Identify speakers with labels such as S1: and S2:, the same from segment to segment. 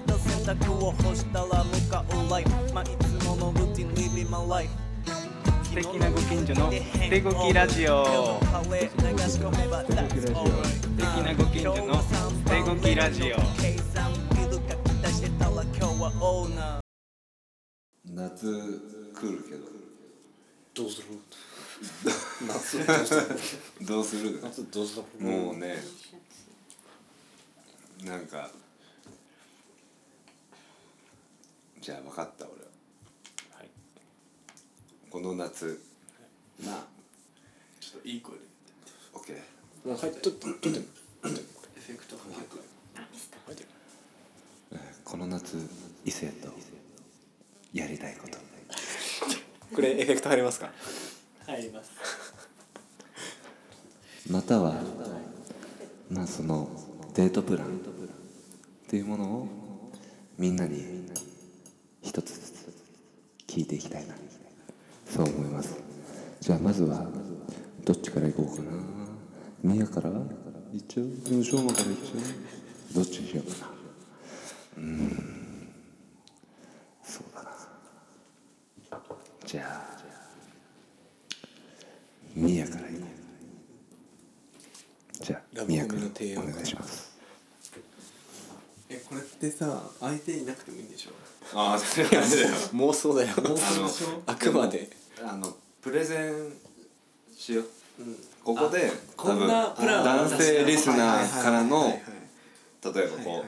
S1: 濯を干したら向かうライブまあいつものルーティン Living my life
S2: 素敵なご近所の手ごきラジオ
S1: 素
S2: 敵なご近所の手ごきラジオ
S3: 夏来るけど
S4: どう する
S3: 夏どうする
S4: 夏どうする
S3: もうねなんかじゃあ分かった俺は
S4: はい
S3: この夏なあ
S5: ちょっといい声で
S3: OK
S4: もう入っととって
S5: エフェクトかけて
S3: この夏異性とやりたいこと
S4: これエフェクト入りますか
S5: 入ります
S3: またはまあそのデートプランっていうものをみんなに一つずつ聞いていきたいなそう思いますじゃあまずはどっちから行こうかなミヤから行っちゃううんしょうまから行っちゃうどっちにしようかなうーんそうだなじゃあミヤから行こうじゃあ
S4: ラ、ブ
S3: 宮
S4: コメ
S3: 君
S4: の提案
S3: お願いします。
S5: えこれってさ相手いなくてもいいんでしょ
S3: ああ、それは
S4: 妄想だよ
S3: 想でしょ
S4: あくまで
S3: あの、プレゼンしよう。ここで、
S5: こんな
S3: 多
S5: プ
S3: 分
S5: ラン
S3: 男性リスナーから
S5: はいは
S3: の
S5: い、
S3: 例えばこ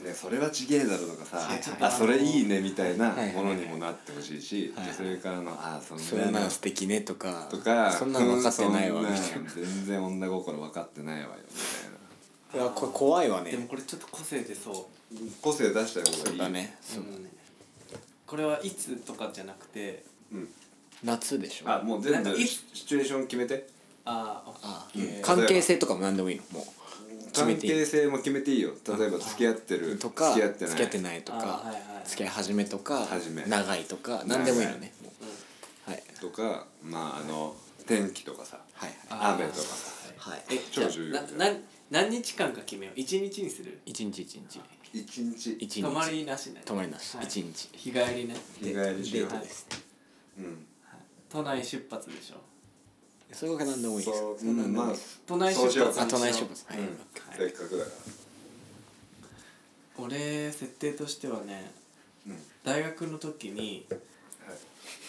S3: う、ね、それはちげえだろとかさ、あ、それいいねみたいなものにもなってほしいし、女性からの、ああ、そ
S4: そ
S3: ん
S4: ん
S3: な
S4: な
S3: の
S4: ん素敵ねとか
S3: とか、
S4: そんなの分かってないわ
S3: う
S4: み
S3: ん
S4: た
S3: そ
S4: い
S3: んな全然女心分かってないわよ、みたいな。
S4: ないやこれ怖いわ
S5: でも
S4: ね
S5: これちょっと個性出そう
S3: 個性出した方がいい。
S4: だねそう
S5: これはいつとかじゃなくて
S4: 夏でしょ
S3: あ、もう全
S5: なん
S3: 部
S5: かい
S3: シシチュエーション決めて。
S5: あーあ
S4: うん関係性とかも何でもいいのも決め
S3: 関
S4: ていい
S3: 係性も決めていいよ例えば付き合ってる
S4: うとか
S3: 付き合ってない
S4: 付き合ってないとか
S5: あはいはい
S4: 付き合い始めとか
S3: 始め
S4: 長いとか何でもいいのねもうはい
S3: とかまああの天気とかさ
S4: はい
S5: あー
S3: 雨とかさ
S4: はい
S5: えじゃあ
S3: 超重要だよ
S5: なな何日間か決めよう一日にする
S4: 一日一日
S3: 一日
S4: 一日
S5: 泊まりなしね
S4: 泊まりなし
S5: はい
S4: 一日
S5: 日帰りね
S3: 日帰りしよう
S4: デートです
S3: うん
S5: 都内出発でしょ
S4: それが何でもいいです
S3: そううんまあ
S5: 都内
S3: そうし
S5: 出
S3: よう
S5: 発
S3: か
S4: あ都内出発はい
S3: うんせっかくだか
S5: 俺設定としてはね
S3: らうん
S5: 大学の時に
S3: はい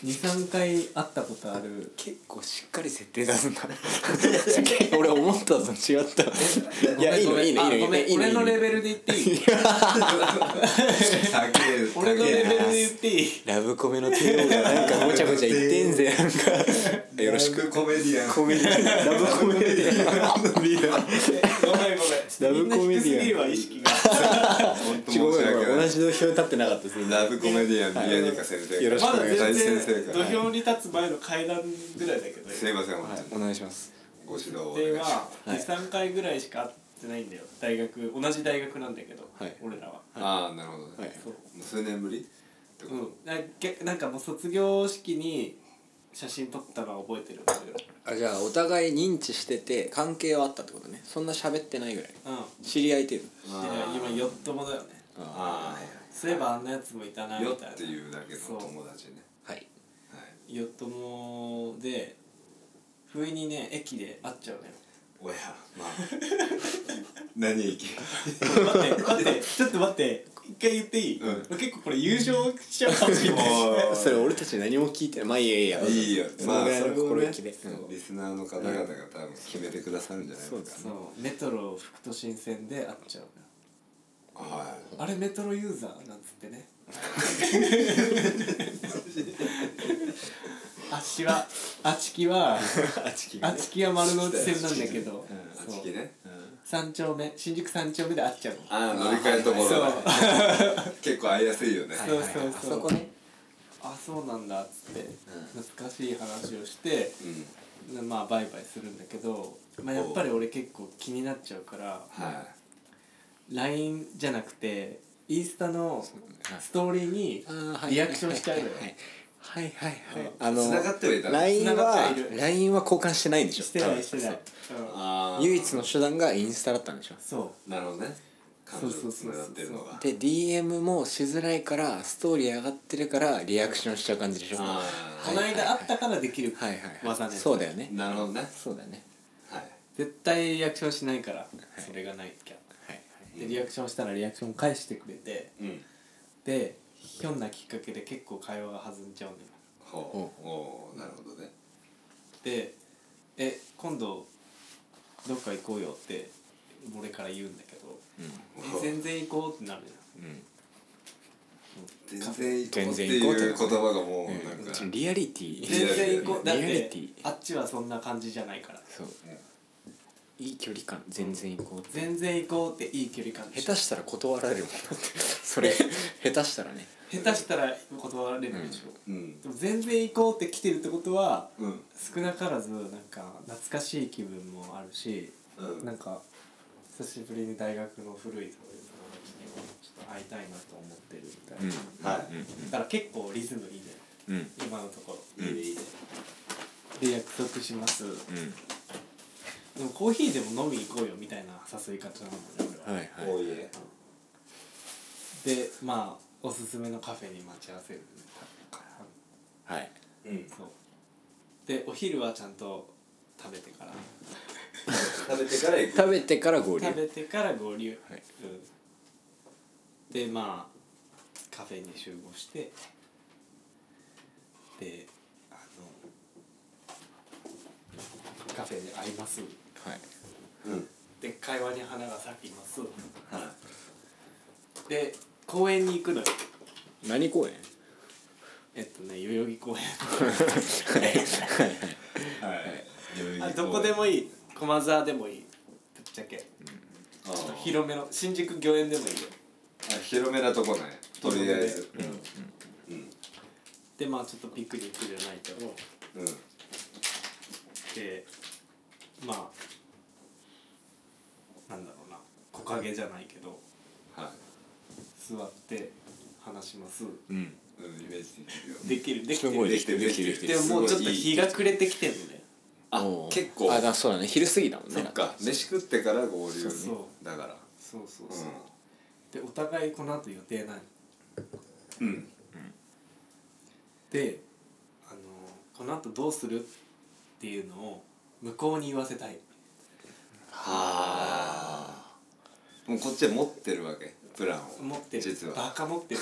S5: 23回会ったことある
S4: 結構しっかり設定出すんだ 俺思ったのと違ったいやいいのいいのいいのいいのいいの
S5: 俺のレ
S4: いいの
S5: ベルで言っていい
S3: 高え高
S5: 俺のレベ
S3: え
S5: ルで言っていい
S4: ラブコメの帝王がなんかごちゃごちゃ言ってんぜなんかよろしく
S3: くコメディアン
S4: コメディラブコメディ
S5: ごめんご
S4: ラブ
S5: めんみんな
S4: コメディアン
S5: 低すぎるわ意識が
S3: 本当
S4: 違う
S3: 申し
S4: ごめんご
S3: 訳
S4: めん
S3: な
S4: 同じ
S3: い
S4: 土俵に立ってなかったですね
S3: ラブコメディアン宮ニカ先生
S4: よろしく
S5: ま
S4: お
S5: だ
S4: 願いし
S3: 大
S5: 全
S3: 先
S5: 然
S3: 生か
S5: 土
S3: ら
S5: 俵に立つ前の階段ぐらいだけど
S3: すいません本
S4: ま
S3: 当
S4: す
S3: に
S4: お願いします
S3: ご指導をお
S5: で
S3: 願いし
S5: は
S3: ます
S4: はい
S5: 23回ぐらいしか会ってないんだよ大学同じ大学なんだけど
S4: はい
S5: 俺らは
S3: ああなるほど
S4: は
S3: ね
S4: い
S5: そう
S3: もう数年ぶりって
S5: う
S3: こと
S5: んな逆なんかもう卒業式に写真撮ったのは覚えてるんだけど
S4: あじゃあお互い認知してて関係はあったってことねそんな喋ってないぐらい
S5: うん
S4: 知り合い程度
S3: あ
S5: で今よっともだよね
S3: ああ
S5: そういえばあんなやつもいたなみ
S3: よ
S5: たいな
S3: っていうだけ
S5: そ
S3: の
S5: う
S3: 友達ね
S4: はい
S3: はい
S5: よっともで不意にね駅で会っちゃうのよ
S3: おやまあ 何駅
S5: 待って待ってちょっと待って一回言っていい、
S3: う
S5: 結構これ優勝しちゃうかもしれない
S4: それ俺たち何も聞いてないまあいいやいいや
S3: いいよ
S4: そ
S3: ま
S4: の
S3: あ
S4: ぐらい
S3: そ
S4: の
S3: れも
S4: 心
S3: ね
S4: 意気でうん
S3: リスナーの方々が多分決めてくださるんじゃないですか
S5: そうメトロ副都心線で会っちゃうのよ
S3: は
S5: あれメトロユーザーなんつって ねあっしはあちきは
S4: あちき
S5: あちきは丸の内線なんだけど
S3: い
S5: そ
S3: あち
S5: う
S3: きね
S5: 三丁目新宿三丁目で会っちゃうの
S3: ああ乗り換えるところだね結構会いやすいよね
S5: そうそうそう、
S4: あそこね
S5: あそうなんだっつって、懐かしい話をして、
S3: うん
S5: なまあバイバイするんだけど、まあ、やっぱり俺結構気になっちゃうから
S3: は
S5: LINE じゃなくてインスタのストーリーに
S4: あーはい
S5: リアクションしちゃうのよ
S4: はいはいはいあ
S3: い
S4: の
S3: 繋がってはいた
S4: LINE
S5: 繋がって
S4: は
S5: はいる
S4: LINE は交換してないんでしょ
S5: してないしてない、うん
S3: ああ
S4: 唯一の手段がインスタだったんでしょ
S5: そ
S3: なるほどね彼女
S5: そうそ
S3: とつ
S5: うそうそう
S3: ながってるのが
S6: で DM もしづらいからストーリー上がってるからリアクションしちゃう感じでしょ
S3: あ
S5: この間あったからできる
S6: はいはい、
S5: 技
S6: はい、
S5: ね
S6: そうだよね
S3: ーなるほどね
S6: そうだよね
S3: はい
S5: 絶対リアクションしないからそれがないキャ
S6: はい
S5: ラでリアクションしたらリアクション返してくれて
S3: うん
S5: でひょんなきっかけで結構会話が弾んじゃうんだよ
S3: ほうおうなるほどね
S5: で「え今度どっか行こうよ」って俺から言うんだけど「え全然行こう」ってなるじゃん
S3: 全然行こうって
S6: 全然行こうって
S3: いう言葉がもうなんか
S6: ちょリアリティ
S5: 全然行こうだっ
S6: リアリ
S5: て
S6: ティ
S5: あっちはそんな感じじゃないから
S6: そういい距離感全然行こうって
S5: 全然行こうっていい距離感でしょ
S6: 下手したら断られるもんだってそれ下手したらね
S5: 下手したら断られるでしょ、
S3: うん
S5: でも全然行こうって来てるってことは
S3: うん
S5: 少なからずなんか懐かしい気分もあるし、
S3: うん
S5: なんか久しぶりに大学の古い友達にもちょっと会いたいなと思ってるみたいな、
S3: はい
S5: だから結構リズムいいね、
S6: うん
S5: 今のところ、いいねいいねで約束します、でもコーヒーでも飲み行こうよみたいな誘い方なんだよね俺は、
S6: はいはい
S3: おいえ
S5: でまあおすすめのカフェに待ち合わせるから
S6: はい
S3: うん
S5: そうでお昼はちゃんと食べてから
S3: 食べてから行く
S6: 食べてから合流
S5: 食べてから合流、
S6: はい
S5: うん、でまあカフェに集合してであのカフェで会います
S6: はい
S3: うん
S5: で会話に花が咲きますで公園に行くのよ
S6: 何公園
S5: えっとね代々木公園
S3: は
S5: あ
S3: い
S5: どこでもいい駒沢でもいいぶっちゃけ
S3: あー
S5: 広めの新宿御苑でもいいよ
S3: あ広めなとこねとりあえず
S5: でまあちょっとピクニックじゃないけど
S3: うんうん
S5: でまあなんだろうな木陰じゃないけど
S3: は
S5: 座って話します
S6: うん
S3: いうんイメージできるよ
S5: できるできて
S6: すごい
S5: る
S3: できてるできてる
S5: でももうちょっと日が暮れてきてるのね
S3: あ
S6: おー
S3: 結構
S6: あだそうだね昼過ぎだもん
S3: そ
S6: ね
S3: っか飯食ってから合流
S5: そうそ
S3: だから
S5: そうそうそう、でお互いこの後予定ない
S3: うん
S5: であのこの後どうするっていうのを向こうに言わせたい
S3: もうこっちは持ってるわけプランを
S5: 持ってる
S3: 実は
S5: バカ持ってる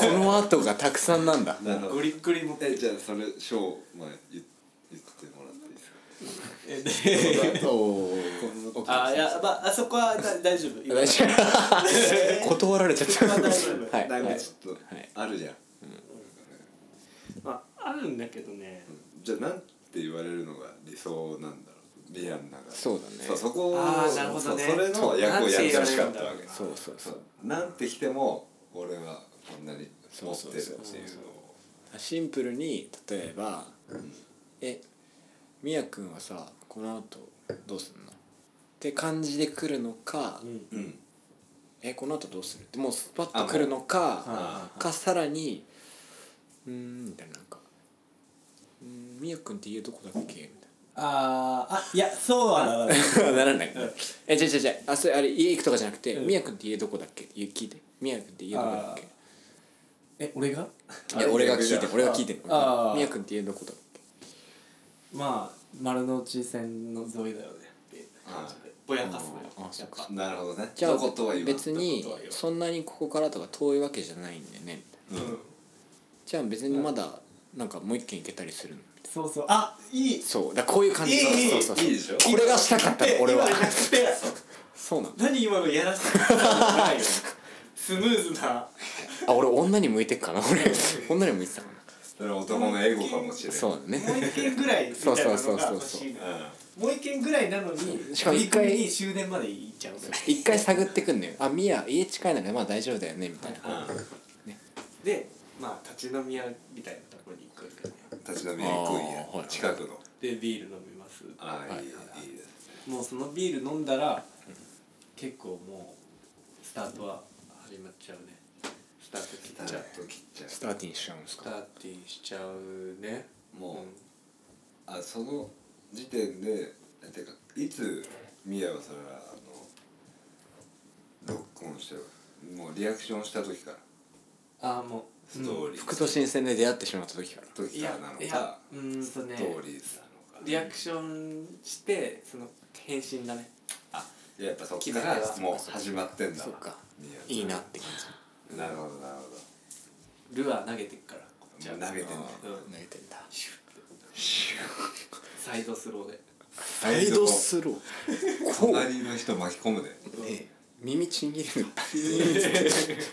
S6: この後がたくさんなんだ
S3: なるほど
S5: ゴリッゴリ持って
S3: え
S5: る
S3: じゃあそれショーまあ言言ってもらっていいですか
S5: えで
S6: おー
S5: あいやまああそこはだ大丈夫
S6: 大丈夫断られちゃった
S5: 大丈夫
S6: はい
S3: なん
S6: は
S3: か
S6: い
S3: ちょっと
S6: はい
S3: あるじゃん、
S5: まああるんだけどね、
S3: じゃあなんて言われるのが理想なんだろうリアルながら
S6: そうだね
S3: そうそこを
S5: あーなるほどね
S3: そうそれの役をやってほしかったわけ
S5: そ
S6: そうそうそ
S3: そううなんて来ても俺はこんなに持ってるっていうのを
S6: そうそうシンプルに例えば「えみやくんはさこの後どうすんの?」って感じで来るのか
S5: うん
S3: うん
S6: 「えこの後どうする?」ってもうスパッと来るのか
S5: あ
S6: かさらに「うーん」みたいななんか「うーんみやくんって家どこだっけ?」み
S5: あーあいやそうはならない
S6: たいなならないえ違う違う違うあそれあれ家行くとかじゃなくて「みやくんって家どこだっけ?」って聞いて「みやくんって家どこだっけ?」
S5: え俺が
S6: いや俺が聞いてん俺が聞いてん
S5: あー
S6: みやくんって家どこだっけ?」
S5: まあ丸の内線の沿いだよねっていう感じでぼやかすのよ
S6: あーあそ
S5: や
S6: っ
S5: っぱ
S3: なるほどね
S6: じゃあ
S3: どことは言わん
S6: 別に
S5: どことは言わん
S6: そんなにここからとか遠いわけじゃないんだよね
S3: うん
S6: じゃあ別にまだなんかもう一軒行けたりするの
S5: そうそうあいい
S6: そうだからこういう感じ
S5: いいいい
S6: そうそうそう
S3: いいでしょ
S6: これがしたかったの俺は
S5: 今のやって
S6: そうなの
S5: 何今のやらせてるないよスムーズな
S6: あ俺女に向いてっかな俺女に向いてたか
S3: それは男のエゴかもしれ
S6: な
S3: ない
S6: そうだ
S5: もう
S6: ね
S5: 一軒ぐらいみたいなのが欲しいなもう一軒ぐらいなのに
S6: しかも
S5: 取り組
S6: 一回
S5: みに終電まで行っちゃうのよ
S6: 一回探ってくんのよあミヤ家近いならまあ大丈夫だよねみたいな
S3: うん、うん
S5: でまあ立ち飲み屋みたいなところに行くんだよね
S3: 立ち飲みに行くんや、
S6: あーはい
S3: 近くの
S5: でビール飲みます
S3: ああ、
S6: はい
S3: い、い
S6: はい
S3: いいですね
S5: もうそのビール飲んだら結構もうスタートは始まっちゃうねスタート切っ
S3: タラ
S5: ちゃう
S3: ッと切っちゃ
S6: スターティンしちゃうんです
S5: スタ
S6: か
S5: ーティンしちゃうね
S3: うもう、あその時点でえてかいつミヤはそれはあのンしてるもうリアクションした時から
S5: ああも
S3: ストーリー
S6: 福と新鮮で出会ってしまった時から
S5: うい
S3: 時か
S5: や
S3: らなの
S5: い
S3: か
S5: やうーんとね
S3: ストーリーズなのか
S5: リアクションしてその返信だね
S3: あいややっぱそっからもう始まってんだ
S6: そっか
S3: いや
S6: いいなって感
S3: なるほどなる
S5: ルアー投げてっからこっちは
S3: ほどもう投げてんだ
S5: うん
S6: じ投げてんだ
S5: シュッてサイドスローで
S3: サ
S6: サイドスローこう
S3: 隣の人巻き込むで
S6: ね耳ちん切れる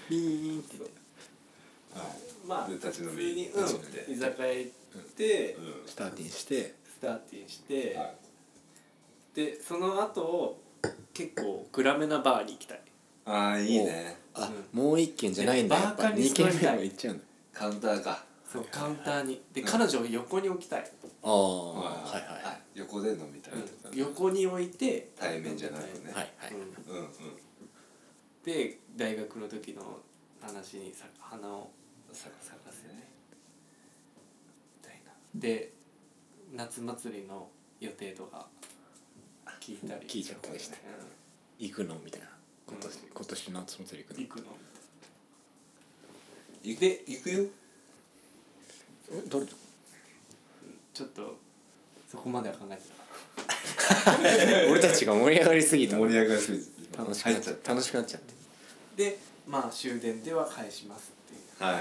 S6: ビーンって
S5: まあ
S3: で
S5: 普
S3: 立ち飲み
S5: 通に、
S3: 立ち飲みで
S5: うん、居酒屋行って、
S3: うん
S6: スターティンして
S5: スターティンして、
S3: はい
S5: でその後結構暗めなバーに行きたい
S3: ああいいね
S6: あ
S5: う
S6: もう一軒じゃないんだやっぱ
S5: バーカに
S6: 二
S5: 座
S6: 軒
S5: り
S6: 目
S5: たい
S6: も行っちゃうんだ
S3: カウンターか
S5: そうカウンターにで彼女を横に置きたい、
S6: ああはいはい
S3: あ横で飲みたいとか
S5: うん横に置いて、
S3: 対面じゃなくね
S6: はいはい
S5: うん
S3: うんうん
S5: で大学の時の話にさ花を咲か咲かせねみたいなで夏祭りの予定とか聞いたり
S6: 聞いちゃったりして行くのみたいな今年今年の夏祭り
S5: うん行
S6: 行
S5: くの
S3: 行く行くよ
S6: くの誰と
S5: ちょっとそこまでは考えて
S6: 俺たちが盛り上がりすぎた
S3: 盛り上がりすぎて
S6: 楽しく
S3: 入
S6: な
S3: っ
S6: っ
S3: ち
S6: ち
S3: ゃ
S6: ゃっ
S3: って
S6: 楽しくなっちゃって
S5: なでまあ終電では返しますっていう
S3: たは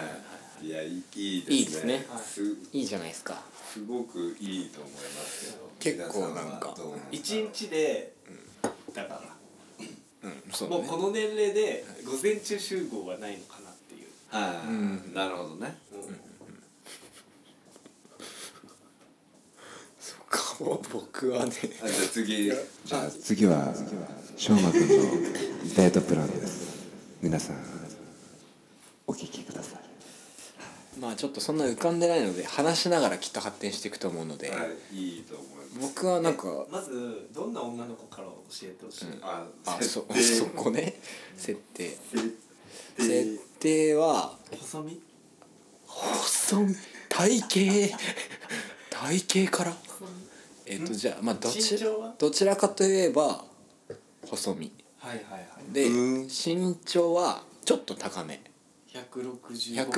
S3: いいやいいい
S6: い
S3: い
S6: い
S3: で
S6: です
S3: す
S6: ね
S3: ね
S5: はい
S3: す
S6: いいじゃないですか
S3: すごくいいと思いますよ
S6: 結構な
S3: 皆
S6: んか
S3: さはどう思います
S5: 1日で、だから
S6: うんそ
S5: もうこの年齢で午前中集合はないのかなっていう
S3: は
S6: うん
S3: いなるほどね
S6: そうか僕はね
S3: あじゃあ次
S7: じゃあ次は翔馬くんのデートプランです皆さんお聞きください
S6: まあちょっとそんな浮かんでないので話しながらきっと発展していくと思うので、
S3: はいいいと思います
S6: 僕はなんか
S5: まずどんな女の子から教えてほしい、
S3: あ
S6: あそ
S3: 設定
S6: そこね設定
S3: 設定
S6: 設定は
S5: 細身
S6: 細い体型体型からえっとじゃあまあどち
S5: 身長は
S6: どちらかといえば細身
S5: はいはいはい
S6: で身長はちょっと高め
S5: 165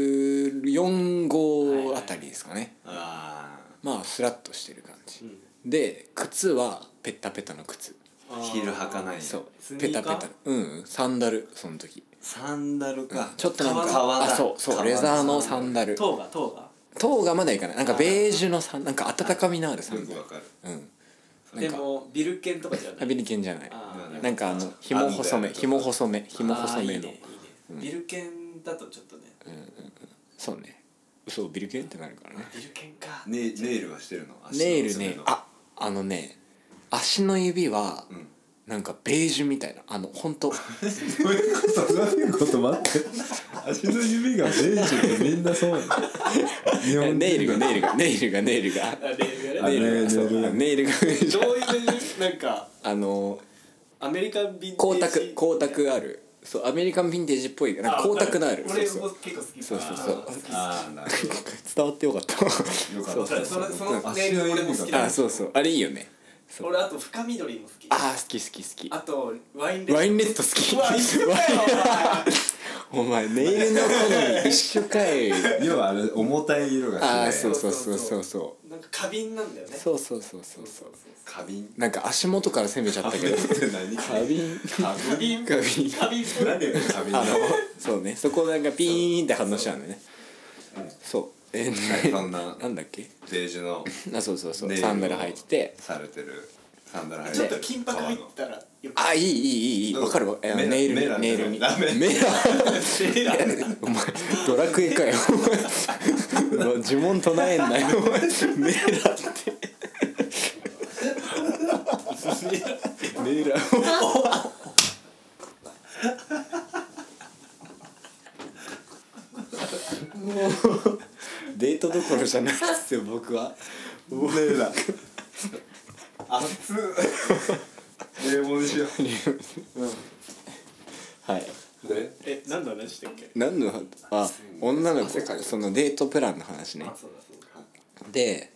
S6: 164号あたりですかね、
S3: あ
S6: まあスラッとしてる感
S5: う
S6: じ、
S5: ん
S6: で靴はペッタペタの靴
S5: あ
S3: あ
S5: ー
S3: ヒール履かない
S6: そ
S5: ス
S6: う
S5: ニ
S6: ペ
S5: ーカ
S6: タ
S5: ー
S6: ペタうんサンダルその時
S3: サンダルか
S6: ちょっとなんか
S3: 革だ
S6: あそうそう
S3: 革
S6: レザーのサンダル
S5: 塔が塔が
S6: トーがまだいかないなんかベージュのサンなんか温かみのあるサ
S3: よ
S6: ンダ
S3: く
S6: ル
S3: わかる
S6: うんなん
S5: で
S6: か
S5: もビルケンとかじゃな
S6: ア
S5: い
S6: ビリケンじゃない
S5: あー
S6: なんかあの紐細め紐細め紐細め
S5: あーいい
S6: の
S5: ねいいねビルケンだとちょっとね
S6: そうね嘘ビルケンってなるからね
S5: ビルケンか
S3: ネイネイルはしてるの足の
S6: ネイル
S3: 爪
S6: ね
S3: の
S6: ああのね足の指は
S3: うん
S6: なんかベージュみたいなあの本当
S3: どういうことどういうこと待って足の指がネイルでみんなそうなの日
S6: ネイルがネイルがネイルがネイルが
S5: あで
S3: あ
S6: ネイルが
S3: ね
S6: そう
S3: ね
S6: ネイルが
S5: どういうなんか
S6: あの
S5: アメリカンビンテー
S6: 光
S5: ジ
S6: 沢光沢あるそうアメリカンヴィンテージっぽいなんか光沢のある
S5: 俺
S6: そう
S5: も
S6: そう
S5: 結構好き
S6: そうそうそう
S5: あー
S3: ああなるほ
S6: 伝わってよかった
S3: どよか
S6: そ
S3: っ
S6: う
S3: た
S6: そう
S5: そのそ
S3: うん
S5: のネイル俺も好きだ
S6: あそうそうあれいいよねそう
S5: 俺あと深緑も好き
S6: あー好き好き好き
S5: あとワインレッド
S6: ワインレッド好き
S5: うわ一緒だよ
S6: お前ネイルの好み一緒か い
S3: 要はあれ重たい色が
S6: ああ
S3: しない
S6: そ
S3: う
S6: そうそうそうそ
S5: お前なんか花瓶なんだよ
S6: う
S5: ね
S6: そうそうそうそう
S5: そ
S6: そうう
S3: 花瓶
S6: なんか足元から攻めちゃったけど
S3: って何
S6: 花瓶
S5: 花瓶
S6: 花瓶
S5: 花瓶っぽい
S3: 何が花瓶な
S6: あの
S3: の
S6: そうねそこなんかピーンって反応しちゃうんだよねそうえ
S3: はい
S6: ー
S3: そんな
S6: なんだっけ
S3: ベージュの
S6: あそうそうそう
S3: ネイルを
S6: サンダル履いてて
S3: されてるサンダル履い
S5: ちょってと
S3: る
S5: 金箔入ったらよく
S6: あいいいいいいいいわかるわえーネイル
S3: メ
S6: に
S3: ラ
S6: ネイル
S3: メ
S6: に
S3: ラメラ
S6: メラ お前ドラクエかよお前呪文唱えんなよお前メラってメラもうデートどころじゃないっすよ僕は
S3: メラ 熱っ冷房にしよ
S6: はいう
S3: で
S5: え何の話したっけ
S6: 何の話あ女の子そのデートプランの話ね
S5: あそうだそうだ
S6: で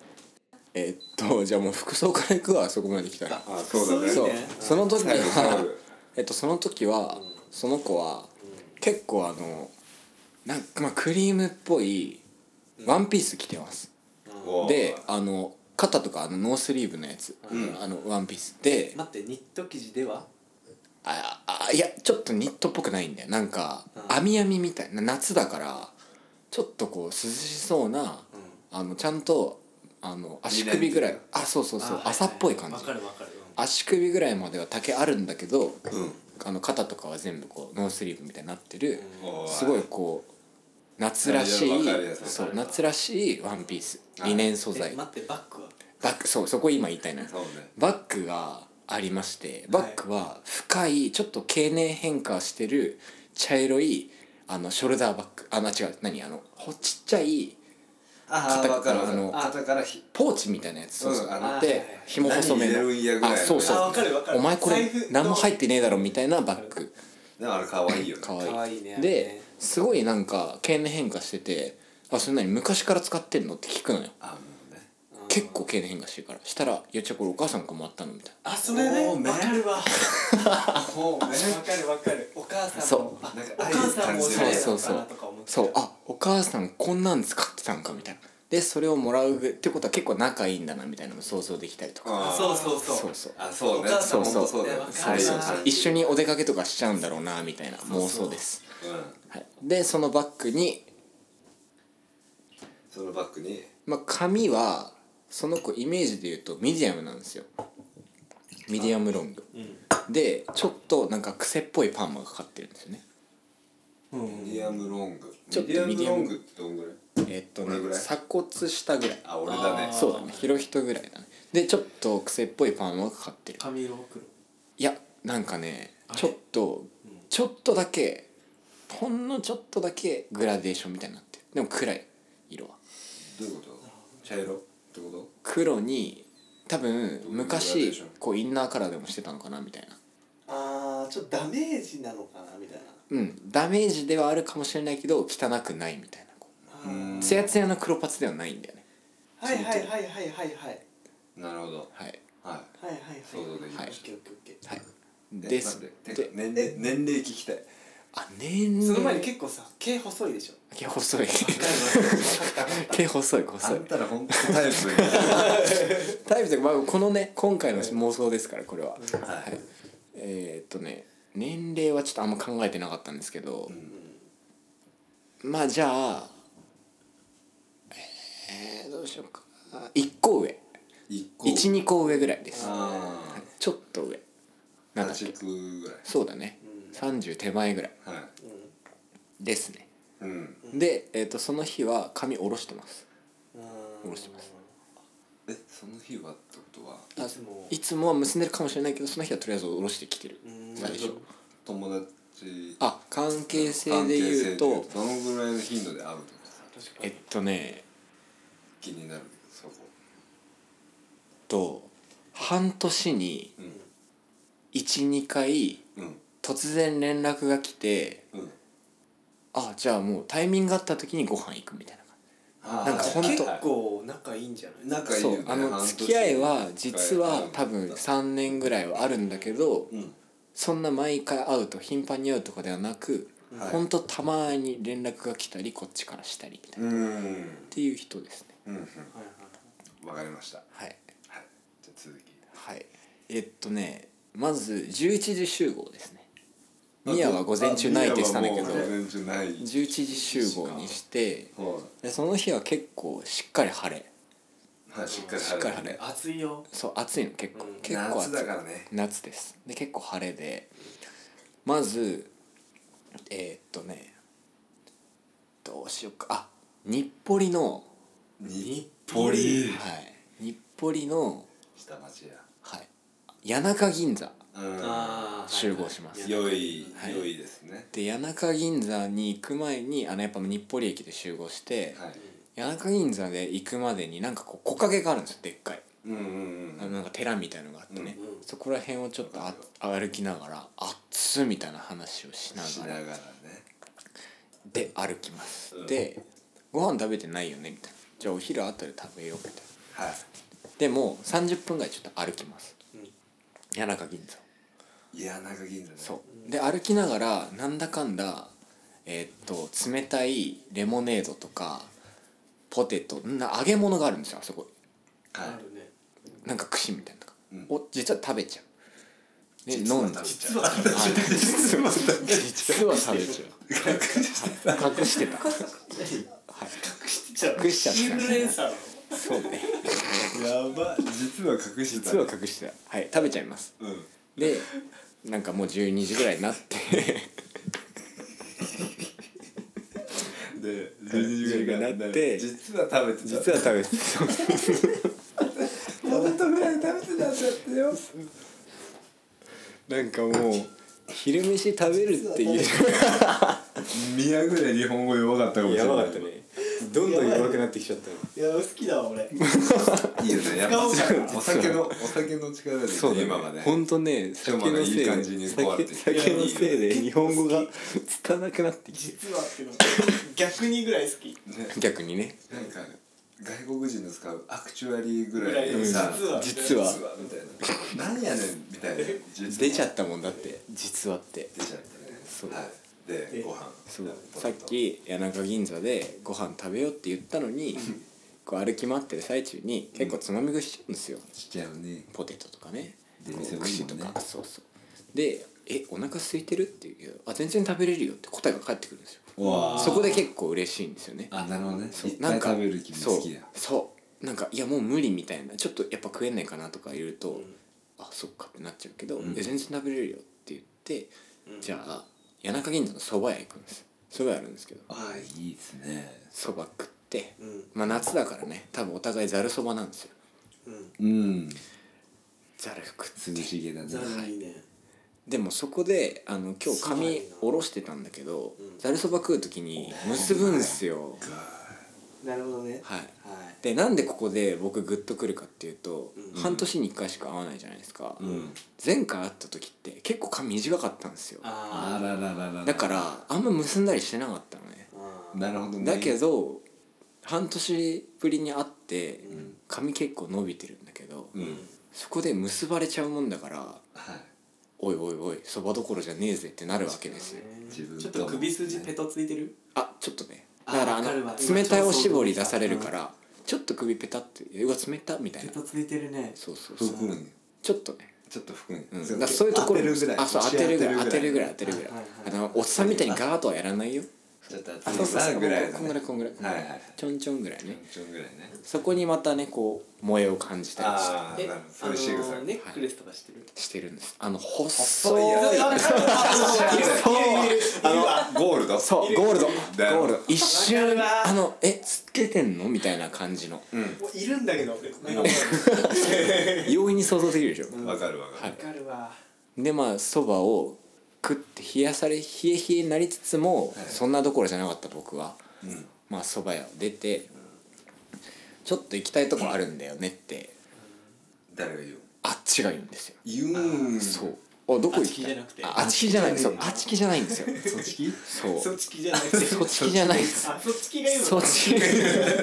S6: えっとじゃあもう服装から行くわそこまで来たら
S3: あそうだね
S6: そうその時
S3: タオ
S6: は
S3: ル
S6: えっとその時はその子は結構あのなんかまあクリームっぽいワンピース着てますであの肩とかあのノースリーブのやつあのワンピースで
S5: 待ってニット生地では
S6: ああいやちょっとニットっぽくないんだよなんか網網みたいな夏だからちょっとこう涼しそうなあのちゃんとあの足首ぐらいあそうそうそう
S5: あ
S6: 朝っぽい感じ
S5: わかるわかる
S6: 足首ぐらいまでは丈あるんだけど、あの肩とかは全部こうノースリーブみたいになってる、すごいこう夏らしい
S3: いやいやわかるやつ
S6: そう夏らしいワンピースリネン素
S5: うんえ
S6: 材
S5: 待ってバッグは
S6: バッグそうそこ今言いたいな
S3: そうね
S6: バッグがありましてバッグは深いちょっと経年変化してる茶色いあのショルダーバッグあの違う何あのほちっちゃい
S3: ああ
S6: 肩
S3: 分かる分
S6: あ
S3: かる肩からひ
S6: ポーチみたいなやつ、そうそう
S3: うん
S6: あ
S3: あ
S6: の
S3: の
S6: で紐細め
S3: 何入れるんやぐ
S6: の
S3: らいの
S6: あそうそう
S5: あわかるわかる
S6: お前こ
S5: 財
S6: れ
S5: 布の
S6: 何も入ってねえだろみたいなバッグ
S3: でもあれ可愛いよね
S6: かわいい
S5: かわいいね
S6: ですごいなんか経年変化してて「あそれ何昔から使ってんの?」って聞くのよ
S3: あもうね
S6: 結構経年変化してるからしたら「いやじゃあこれお母さんからもらったの?」みたい
S5: あそれね
S3: おー
S5: わ
S3: ね
S5: かるわもうねわかるわかるお母さんもあ
S3: なんか
S5: お母さんもおしゃ
S6: な
S5: れ
S6: そう
S5: だ
S6: そう
S5: な
S6: そ
S5: とか思っ
S6: う
S5: て
S6: そうあお母さんこんなん使ってたんかみたいなでそれをもらうってことは結構仲いいんだなみたいなのも想像できたりとか
S3: あ
S5: そうそうそう
S6: そうそう
S3: あそうね
S5: お母さん
S6: も
S3: そうそうそうだよ
S5: そう
S6: そうそうそう
S5: あー
S6: 一緒にお出かけとかしちゃうんだろうなみたいな妄想です
S3: うん
S6: はい、でそのバッグに、
S3: そのバッグに
S6: まあ、髪はその子イメージで言うとミディアムなんですよミディアムロング、でちょっとなんか癖っぽいパーマがかかってるんですよね
S3: ミディアムロング
S6: ちょっと
S3: ミディア
S6: ミデ
S3: ム
S6: ィ
S3: ロ
S6: アム
S3: ングってどんぐらい
S6: えっと
S3: これぐ
S6: ね
S3: らい
S6: 鎖骨下ぐらい
S3: あ俺だね
S6: そうだね広人ぐらいだねでちょっと癖っぽいパーマがかかってる
S5: 髪色黒
S6: いやなんかね
S5: あれ
S6: ちょっとちょっとだけほんのちょっとだけグラデーションみたいになってるでも暗い色は
S3: どういうこと茶色ってこ
S6: 黒に多分
S3: どういうグラデーシ
S6: 昔
S3: ョン
S6: こうインナーカラーでもしてたのかなみたいな
S5: あーちょっとダメージなのかなみたいな
S6: うんダメージではあるかもしれないけど汚くないみたいなこう
S3: とうん
S6: ツヤツヤの黒髪ではないんだよね
S5: はいはいはいはいはいはい
S3: なるほど
S6: はい
S3: は
S5: はいはい
S3: 想像できま
S5: オ
S3: した
S5: ッケーオッケーオッケー
S6: はい
S3: い
S6: で
S3: え
S6: す
S3: 待ってて
S6: で
S3: か年齢年齢聞きたい
S6: あ年齢
S5: その前に結構さ毛細いでしょ
S6: 毛細い 毛細い
S3: あ
S6: 細い
S3: んたら本当タイプに
S6: タイプでまあこのね今回の妄想ですからこれは、はい、えーっとね年齢はちょっとあんま考えてなかったんですけど、まあじゃあえー、どうしようか1個上
S3: 一個
S6: 12個上ぐらいです
S3: あ
S6: ちょっと上
S3: あ
S6: なんだっ
S3: 八
S6: け
S3: 区ぐらい
S6: そうだね、30手前ぐらい
S3: はい
S6: ですね、
S3: うん
S6: で、えー、とその日は髪下ろしてます下ろしてます
S3: えその日はってことは
S6: あ
S5: いつも
S6: いつもは結んでるかもしれないけどその日はとりあえず下ろしてきてる最初
S3: 友達
S6: あ関係性で言
S3: 関
S6: うと
S3: 係性で言うどのぐらいの頻度で会うとかさ
S5: 確か
S6: えっ
S5: に
S6: とね
S3: 気になるけどそこ
S6: と半年に
S3: うん
S6: 12回
S3: うん
S6: 突然連絡が来て
S3: うん
S6: あじゃあもうタイミングがあった時にご飯行くみたいな感
S3: あー
S6: なんかほんと
S5: 結構仲いいんじゃない
S3: 仲い
S6: じ
S3: い
S6: そ
S3: よ
S6: う
S3: ね
S6: あの
S3: 半年
S6: 付き合いは実は多分
S3: うん
S6: 3年ぐらいはあるんだけど
S3: うん
S6: そんな毎回会うと頻繁に会うとかではなく
S3: はい
S6: ほんとたまに連絡が来たりこっちからしたりみたいなっ
S3: うん
S6: ていう人ですね
S3: うん
S5: はいはい
S3: うんわかりました
S6: はい
S3: はいじゃあ続き
S6: はいえっとねまず11時集合ですねミヤは午前中ないって言ってたんだけど
S3: あミヤはもう午前中ない
S6: 11時集合にして
S3: は
S6: でその日は結構しっかり晴れ
S3: いはいしっかり
S6: しっか
S3: 晴
S6: り晴
S3: れ
S6: れ
S3: る
S5: 暑いよ
S6: そう暑いの結構、
S5: うん
S6: 結構暑い
S3: 夏だからね
S6: 夏ですで結構晴れでまずえーっとねどうしようかあ日暮里の
S3: 日暮里
S6: はい日暮里の、
S3: 下町や
S6: はい、谷中銀座
S3: うん
S5: あ
S6: 集合します
S3: 良い
S6: はい
S3: 良いですね
S6: で谷中銀座に行く前にあのやっぱ日暮里駅で集合して、
S3: はい
S6: 谷中銀座で行くまでになんかこう木陰があるんですよでっかい
S3: うんうん
S6: あ
S3: う
S6: の
S3: ん
S6: なんか寺みたいのがあってね、
S5: うんうん
S6: そこら辺をちょっとあ歩きながら「あっつ」みたいな話をしな
S3: し
S6: が
S3: な
S6: ら
S3: がらね
S6: で歩きます、
S3: うん
S6: でご飯食べてないよねみたいなじゃあお昼後で食べようみたいな
S3: はい
S6: でもう30分ぐらいちょっと歩きます、
S5: うん
S6: 谷中銀座
S7: いや中銀座ね
S6: そうで歩きながらなんだかんだえーっと冷たいレモネードとかポテトんな揚げ物があるんですよあそこ
S5: あるね
S6: なんか串みたいなのと
S7: ん
S6: か、を実は食べちゃうで
S7: 実は
S6: 飲ん
S7: 食
S6: で
S7: べちゃ
S5: 実は
S6: はい実は実は食べちゃうはい隠してた隠 しちゃった
S5: インフルエンサーの
S6: そうね
S3: やば実は隠してた
S6: 実は隠してたはい食べちゃいます
S3: うん
S6: でなんかもう12時ぐらいになって
S3: で12時ぐらいにな
S6: 12時ぐらいにな
S3: っ
S6: ってて
S3: 実は食べてた
S6: 実は食べてた
S3: ポテトフライ食べてたんだってよ
S6: なんかもう昼飯食べるっていう
S3: 宮ぐらい日本語弱かったかもしれ
S6: や
S3: ない
S6: ばかったねどんどん弱くなってきちゃったよ
S2: いや好きだわ俺
S3: いいよねやっぱお酒のお酒の力で、ね、今はね
S6: ほんとね酒
S3: まだ
S6: の
S3: いい
S6: せい
S3: 感じに
S6: で
S3: 壊れ
S6: 酒
S3: て
S6: 酒のせいで日本語がつなくなってきて
S2: 実はっていうの逆にぐらい好き
S6: 逆にね
S3: なんか外国人の使うアクチュアリーぐらいのさ
S2: うん
S6: 実は
S3: 実はみたいななんやねんみたいな
S6: 出ちゃ
S3: っ
S6: ったもんだって実はって
S3: 出ちゃったねはいでご飯
S6: そうさっき谷中銀座でご飯食べようって言ったのにこう歩き回ってる最中に結構つまみ食いしちゃうんですよ
S3: しちゃうね
S6: ポテトとかね
S3: で
S6: こう
S3: 店もいい
S6: 串
S3: もん
S6: と
S3: ね
S6: かそうそうで「えお腹空いてる?」って言うけど「あ全然食べれるよ」って答えが返ってくるんですよ
S3: わ
S6: そこで結構嬉しいんですよね
S3: あなるほどね
S6: そう
S3: いっ
S6: な
S3: ぱ
S6: ん
S3: い
S6: か
S3: 食べる気も好きだ
S6: そうそうなんかいやもう無理みたいなちょっとやっぱ食えないかなとか言うと、あそっかってなっちゃうけど、え全然食べれるよって言って、じゃあ谷中銀座の蕎麦屋行くんです蕎麦屋あるんですけど
S3: あいいですね
S6: 蕎麦食って、
S5: うん
S6: まあ夏だからね多分お互いざる蕎麦なんですよ
S5: うん
S3: うん
S6: ざる食って
S3: 涼しげだね
S5: ザラいいね
S6: でもそこであの今日
S5: そうなん
S6: 髪
S5: だ
S6: 下ろしてたんだけどざるそば食う時に結ぶんすよ
S5: なるほどね
S6: はい
S5: はい
S6: でなんでここで僕グッとくるかっていうと、
S5: うん
S6: 半年に1回しか会わないじゃないですか、
S3: うん
S6: 前回会った時って結構髪短かったんですよ
S5: あ
S3: あららららら
S6: だからあんま結んだりしてなかったのね
S5: ーあ
S3: なるほどね
S6: だけど半年ぶりに会って髪結構伸びてるんだけど、
S3: うん
S6: そこで結ばれちゃうもんだから
S3: はい
S6: おいおいおいそばどころじゃねえぜってなるわけ
S5: ー
S6: ですよ
S3: 自分と
S5: ちょっと首筋ペトついてる
S6: あちょっとね
S5: あ
S6: だからあ
S5: わかる
S6: の
S5: わ
S6: 冷たいおしぼり出されるからちょっと首ペタってうわ冷たみたい
S5: ペ
S6: な
S5: トついてるね
S6: そうそうそう
S3: 服に
S6: ちょっとね
S3: ちょっと服に、
S6: うん、だからそういうところ
S3: 当てるぐらい
S6: あそう当てるぐらい当てるぐらい当てるぐらい
S5: はい
S6: あのおっさんみたいにガーッとはやらないよ
S3: ちょっと
S6: あ
S3: 当て
S6: そう
S3: る
S6: そうそう
S3: ぐらい
S6: こんぐらいこんぐらい
S3: はいはいはい
S6: ちょんちょんぐらいね
S3: ちょっとぐらいね
S6: そこにまたねこう萌えを感じたりし
S3: あー
S5: え
S3: な
S5: あ
S3: る
S5: の
S3: ほどそういう仕草
S5: ーネックレスとかしてる
S6: してるんですあの細い
S3: 細いや
S6: あの
S3: ゴールド
S6: そうゴールドゴ
S3: だよ
S6: ールド一瞬あのえつけてんのみたいな感じの
S2: もういるんだけど俺目の
S6: 容易に想像できるでしょ
S3: わかるわか
S6: は
S3: る
S6: い
S2: 前にあるわ
S6: でまあそばを食って冷やされ冷え冷えになりつつも、そんなどころじゃなかった僕は、まあそば屋を出て、ちょっと行きたいとこあるんだよねって
S3: 誰が言う
S6: あっちが言うんですよ、
S3: 言うん
S6: そうあどこ行きたいあっちきじゃないそうあっちきじゃないんですよ
S3: そっち
S6: そう
S2: そっちきじゃなくて
S6: そっちきじゃないです
S2: あそっちきが言うの
S6: そっち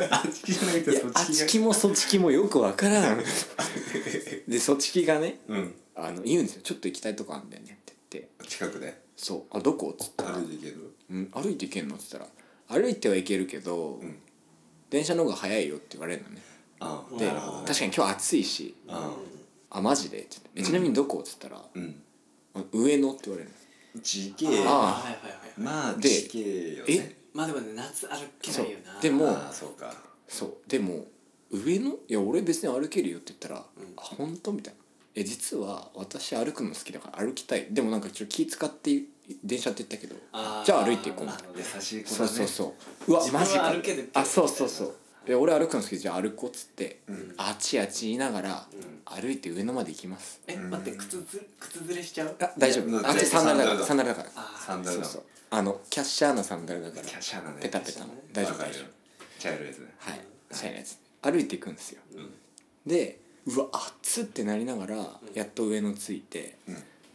S3: あっちきじゃなくてそっ
S6: あっ
S3: ち
S6: ち
S3: き
S6: きもそっちきもよくわか らんでそっちきがね
S3: うん
S6: あの言うんですよちょっと行きたいとこあるんだよねって言って
S3: 近くで
S6: そうあどこっつったら
S3: 歩いていける
S6: うん、歩いて行けんのって言ったら歩いては行けるけど、
S3: ん
S6: 電車の方が早いよって言われるのね
S3: あ
S6: で確かに今日暑いし「
S3: あ
S6: あマジで?」って言ってえちなみにどこ?」って言ったら
S3: うん
S6: 「上野」って言われるの
S3: 地形
S5: あ
S6: あ
S5: ーはいはいはい
S3: まあ
S6: で
S3: 地形よ
S6: え
S3: ね
S5: まあでもね夏歩けな
S6: そう
S5: いよな
S6: でも
S3: ああそうか
S6: そうでも「上野いや俺別に歩けるよ」って言ったら「あ本当みたいな「え実は私歩くの好きだから歩きたい」でもなんかちょっと気使って電車って言ったけど
S5: あー
S6: じゃあ歩いて行こうみたいな
S3: 優しい子
S6: そう
S3: だ
S6: そう
S3: ね
S6: そううわ
S5: 自分
S6: マ
S5: は
S6: ジか
S5: 歩けるけど
S6: あそうそうそうで俺歩くの好きじゃあ歩こうっつって、あっちあっち言いながら、歩いて上野まで行きます
S5: え待って靴ず靴ずれしちゃう
S6: あ大丈
S3: いや
S6: 夫あっちサンダルだからサンダルだから
S5: あ
S3: サンダル
S6: そう
S3: の
S6: そうあのキャッシャーなサンダルだから
S3: キャシャなね
S6: ペタペタの大丈夫
S3: わかる
S6: 大丈
S3: よ
S6: 夫
S3: 茶色いやつね
S6: はいシャイなやつ歩いていくんですよ、でうわ熱っってなりながらやっと上野着いて、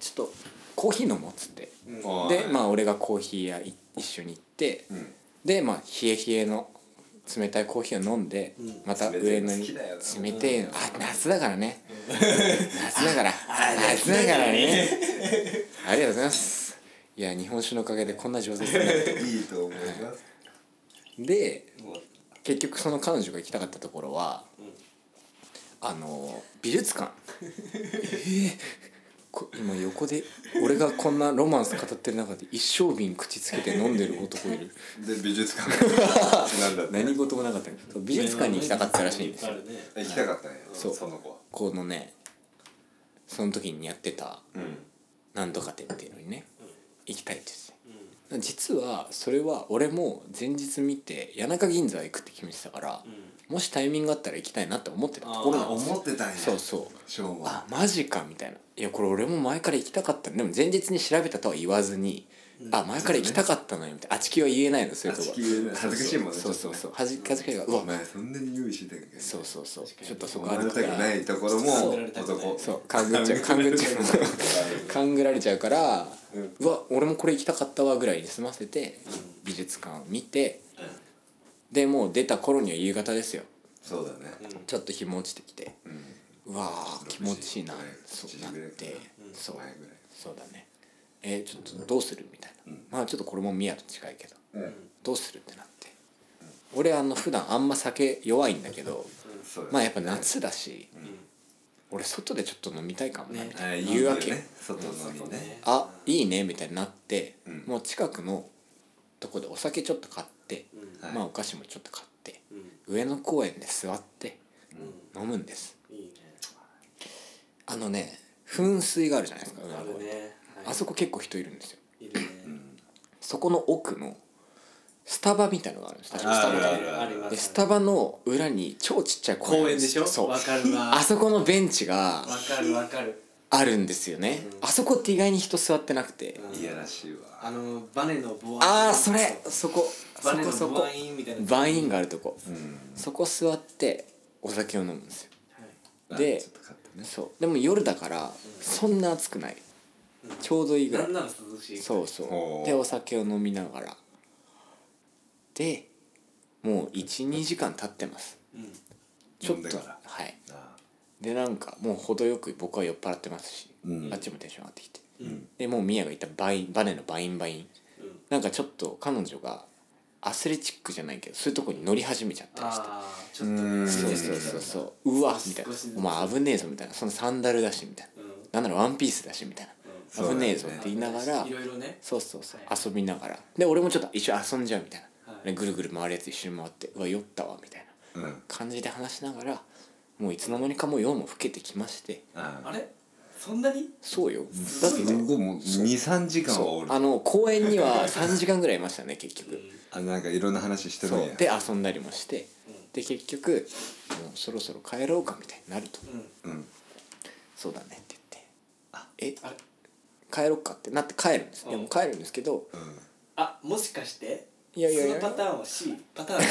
S6: ちょっとコーヒー飲もうっつって、
S3: おー
S6: でまあ俺がコーヒー屋い一緒に行って、でまあ冷え冷えの冷たいコーヒーを飲んで、また上野に
S3: 冷たいの好きだよな
S6: 冷てえのあ夏だからね夏だからあ夏だからね ありがとうございますいや日本酒のおかげでこんな上手になる
S3: いいと思います
S6: で結局その彼女が行きたかったところは、あの美術館 えーこ今横で俺がこんなロマンス語ってる中で一升瓶口つけて飲んでる男いる
S3: で美術館なんだって
S6: 何事もなかったけど美術館に行きたかったらしいんですよ
S5: あるね
S3: 行きたかったね
S6: そう
S3: その子は
S6: このねその時にやってた
S3: うん
S6: なんとか店っていうのにね行きたいって言ってた、実はそれは俺も前日見て谷中銀座行くって決めてたから、もしタイミングあったら行きたいなって思ってたところなんですよ
S3: 思ってたんや
S6: そうそう
S3: 昭和
S6: あマジかみたいないやこれ俺も前から行きたかったでも前日に調べたとは言わずに、あ前から行きたかったのよみたいなあちきは言えないのそういうとこ
S3: あちき言えない恥ずかしいもんね
S6: そうそう
S3: ち
S6: そ
S3: ょ
S6: う恥ず恥ずかしいからうわ
S3: お前そんなに用意してたんかい
S6: そうそうそうちょっとそ
S3: 思
S6: こ
S3: わ
S6: あ
S3: れ
S6: る
S3: た
S6: か
S3: く
S6: ら
S3: ないところも男
S6: そう勘ぐっちゃう勘ぐっちゃう 勘ぐられちゃうから、うわ俺もこれ行きたかったわぐらいに済ませて、美術館を見て、でもう出た頃には夕方ですよ
S3: そうだね
S6: ちょっと日も落ちてきて、うわー気持ちいいな
S3: はい
S6: そう
S3: 7
S6: なっ
S3: ぐらいか
S6: て
S3: な、
S6: そう
S3: 前ぐらい
S6: そうだねえーちょっとどうするみたいな、まあちょっとこれも宮と近いけど、どうするってなって、俺あの普段あんま酒弱いんだけど、
S3: そうだ
S6: まあやっぱ夏だし、俺外でちょっと飲みたいかもなみ
S3: あ
S6: た
S3: あ
S6: い
S3: い
S6: ない言う
S3: よ
S6: わ
S3: ね
S6: け、
S3: 外飲みね
S6: あいいねみたいになって、
S3: ん
S6: もう近くのとこでお酒ちょっと買って、
S3: はい
S6: まあお菓子もちょっと買って、
S5: うん
S6: 上野公園で座って飲むんです、
S5: うんいいね
S6: あのね噴水があるじゃないですか上野
S5: あ
S6: 公
S5: る
S6: 園、
S5: ねはい
S6: あそこ結構人いるんですよ
S5: いるね
S6: そこの奥のスタバみたいのがあるんです確かスタ
S3: あ
S6: バ
S3: る
S6: が
S3: あ
S6: あ
S3: る
S6: る
S5: あります
S6: でスタバの裏に超ちっちゃい公園
S5: 公園でしょ
S6: そう
S5: わかるわ
S6: あそこのベンチが
S5: わかるわかる
S6: あるんですよね、あそこって意外に人座ってなくて、
S5: うん
S3: いやらしいわ
S5: あのバネのボア
S6: ああそれそこそ
S5: バネ
S6: こ
S5: の
S6: そ
S5: ボ
S6: こ
S5: アインみたいな
S6: バインがあるとこ、
S3: うん
S6: そこ座ってお酒を飲むんですよ
S3: あ
S6: で
S3: ちょっと買ってね
S6: そうでも夜だからそんな暑くない、ちょうどいいぐら
S5: ないんなら涼しい
S6: そう
S3: ほ
S6: そううでお酒を飲みながらでもう12時間経ってます
S5: うん
S6: ちょ
S3: 飲
S6: っ
S3: んで
S6: と
S3: から
S6: はい
S3: あ
S6: でなんかもう程よく僕は酔っ払ってますし、
S3: うん
S6: あっちもテンション上がってきて、
S5: ん
S6: でもうミヤが言ったバインバネのバインバイン、なんかちょっと彼女がアスレチックじゃないけどそういうとこに乗り始めちゃったりして
S5: ああちょっと
S3: うん
S6: そうそうそうそううわ
S5: 少し
S6: みたいな
S5: 少し
S6: お前危ねえぞみたいなそのサンダルだしみたい
S5: うん
S6: ななんならワンピースだしみたい
S3: うん
S6: な危ねえぞって言いながら
S5: いろいろね
S6: そうそうそう
S5: は
S6: 遊びながらで俺もちょっと一緒に遊んじゃうみたい
S5: は
S6: ないでぐるぐる回るやつ一緒に回ってうわ酔ったわみたいな
S3: うん
S6: 感じで話しながらもういつの間にかもう夜も更けてきまして
S5: あ
S3: あ
S5: れそんなに
S6: そうよだ
S3: だ
S6: っ
S3: って
S6: て
S3: もう23時間はおる
S6: あの公園には3時間ぐらいいましたね結局
S3: あなんかいろんな話してるん
S6: そう
S3: や
S6: で遊んだりもしてで結局もうそろそろ帰ろうかみたいになると
S5: うん
S3: うん
S6: そうだねって言って「え帰ろっか」ってなって帰るんです
S5: うん
S6: でも帰るんですけど
S3: うん
S5: あもしかして
S6: いやいやいや
S5: そのパターンは C パターンは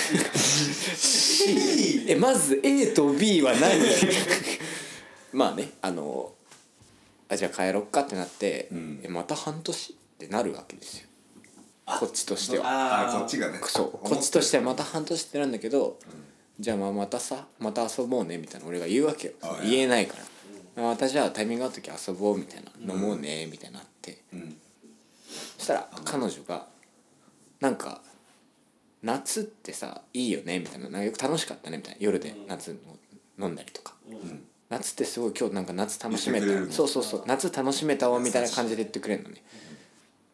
S5: C
S6: えまず A と B は何 まあねあのあじゃあ帰ろっかってなって、
S3: ん
S6: えまた半年ってなるわけですよこっちとしては
S5: あ
S3: あ
S5: ー
S3: こっちがね
S6: そうこっちとしてはまた半年ってなんだけど、じゃあまあまたさまた遊ぼうねみたいな俺が言うわけよ
S3: あ
S6: 言えないから、まあまたじゃあタイミング合う時遊ぼうみたいな、飲もうねみたいになって。
S3: うん
S6: そしたら彼女がなんか夏ってさいいよねみたいななんかよく楽しかったねみたいな夜で夏の飲んだりとか、夏ってすごい今日なんか夏楽しめた
S3: 言ってくれるの
S6: そうそうそう夏楽しめたわみたいな感じで言ってくれるのね、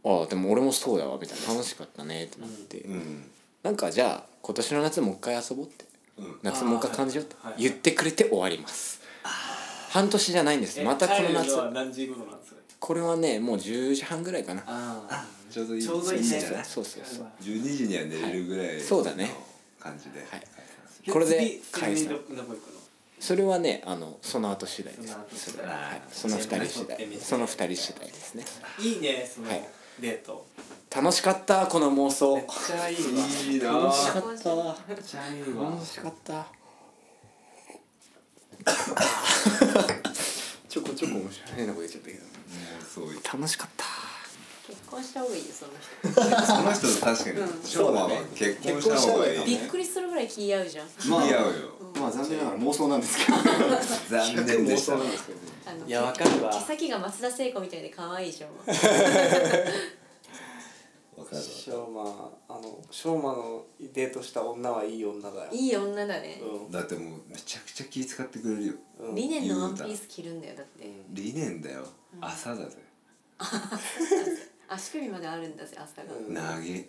S6: ああでも俺もそうだわみたいな楽しかったねってなって、
S3: うん
S6: なんかじゃあ今年の夏もう一回遊ぼうって、
S3: ん
S6: 夏もう一回感じようって
S5: はいはい
S6: 言ってくれて終わります、半年じゃないんです
S5: え
S6: またこの
S5: 帰る
S6: 夏
S5: のは何時頃なんですか
S6: これはねもう10時半ぐらいかな
S5: あ
S3: ちょうどいい
S5: ちょうどいいね
S3: んじゃない
S6: そうそうそう
S3: 12時には寝れるぐらい
S6: そうだね
S3: の感じで
S6: はい
S5: あ
S6: これで
S5: 解
S6: 解
S5: 散
S6: 散
S5: どどこ行くの
S6: それはねあのその後次第で
S5: その後
S6: す
S5: 次
S6: そ
S5: 第
S6: れははい
S3: あー
S6: その二人
S5: じゃあ
S6: 次
S5: 撮ってみ
S6: 第
S5: て
S6: その二人次第ですね
S5: いいねその
S6: はい
S5: デート
S6: 楽しかったこの妄想
S5: めっちゃいいわ
S3: いいな
S6: 楽
S3: ぁ
S6: しかった
S5: めっちゃいいわ
S6: 楽しか ったちょこちょこ面白いなこと言っちゃったけど
S3: そう
S6: 楽しかった
S8: 結婚した方がいいよその
S4: その人と確かに
S8: うん
S4: 昭和は結婚した方がいい
S8: 人びっくりするぐらい気合うじゃん
S4: 似合うよ
S6: まあ残念ながら妄想なんですけど
S4: 残念でした
S6: ですけど
S8: あの
S5: いやわかるわ
S8: 毛先が松田聖子みたいで可愛いじゃん
S4: わかるわ
S5: しょうまあのしょうまのデートした女はいい女だよ
S8: いい女だね、
S5: う
S4: だってもうめちゃくちゃ気遣ってくれるよ
S5: ん
S8: リネンのワンピース着るんだよだって
S4: 理念だよ朝だぜ
S8: 足首まであるんだぜ朝が、
S5: うん
S4: 投げ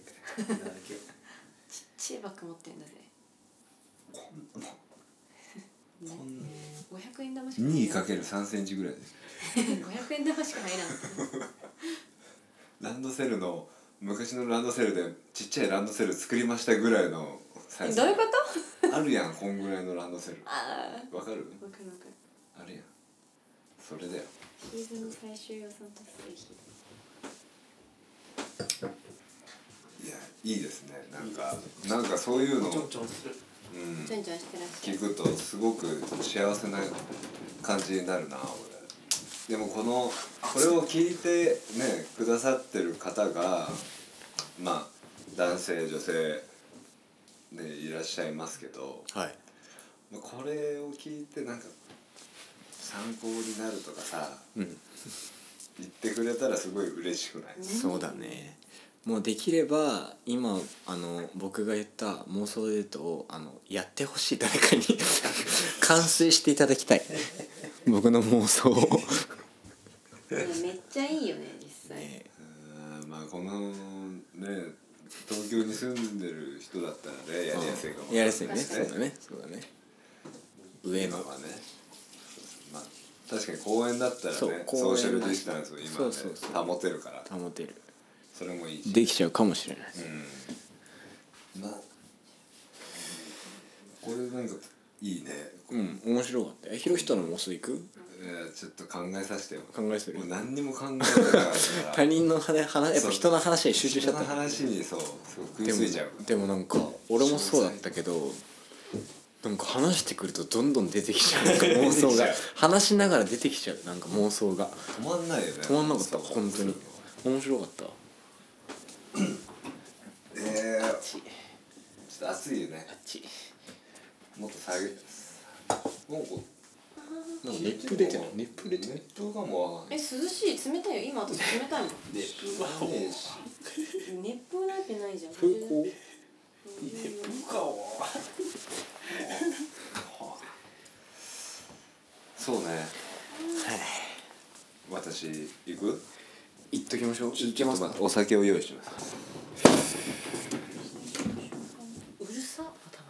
S8: チーバッグ持ってんだぜこんな500円玉しか入らん
S4: 2×3 センチぐらいです
S8: 500円玉しか入らん
S4: ランドセルの昔のランドセルでちっちゃいランドセル作りましたぐらいのサ イズ
S8: どういうこと
S4: あるやんこんぐらいのランドセル
S8: あ
S4: わかる
S8: あわかるわかる
S4: あるやんそれだよ
S8: シーズン最終予算達成日
S4: いやいいですねなんかなんかそういうのを
S5: ちょんする
S4: うん
S8: ちょんちょんしてらっしゃ
S4: 聞く
S8: る
S4: とすごく幸せな感じになるな俺でもこのこれを聞いてねくださってる方がまあ男性女性ねいらっしゃいますけど
S6: はい
S4: まあこれを聞いてなんか参考になるとかさ、言ってくれたらすごい嬉しくない、
S6: そうだねもうできれば今あの僕が言った妄想デートをあのやってほしい誰かに完遂していただきたい僕の妄想を、
S8: でもめっちゃいいよね実際
S6: ね、
S4: うーんまあこのね東京に住んでる人だったらねやりやすいかも
S6: やりやすいね
S4: です
S6: そうだねそうだね上の
S4: 今はねまあ確かに公園だったらね
S6: そ
S4: ソ
S6: う公園
S4: ーシャルディスタンスを今
S6: そ
S4: は
S6: う
S4: ね
S6: そうそう
S4: 保てるから
S6: 保てる
S4: それもいいし
S6: できちゃうかもしれない、
S4: まあこれなんかいいね
S6: うん、面白かったえひろひとの妄想いく
S4: いやちょっと考えさせてよ
S6: 考えする
S4: もう何にも考えてなかったから
S6: 他人の話話 やっぱ人の話に集中しちゃった
S4: 人の話にそうすごく食い
S6: でも
S4: ついちゃう
S6: でもなんか俺もそうだったけどなんか話してくるとどんどん出てきちゃうな んか妄想が話しながら出てきちゃうなんか妄想が
S4: 止まんないよね
S6: 止まんなかった
S4: そう
S6: 本当に面白かった
S4: えー、ちょっと暑いよねもっと下げなんか
S6: なんか熱風出てない熱風出てない
S4: 熱風かもわかんな
S8: え
S4: い
S8: 涼しい冷たいよ今私冷たいもん
S4: 熱風はねえし
S8: 熱風なわけないじゃん
S6: 風光
S4: そうね。私行く？
S6: 行っときましょう行けますか
S4: お酒を用意します。
S8: うるさ頭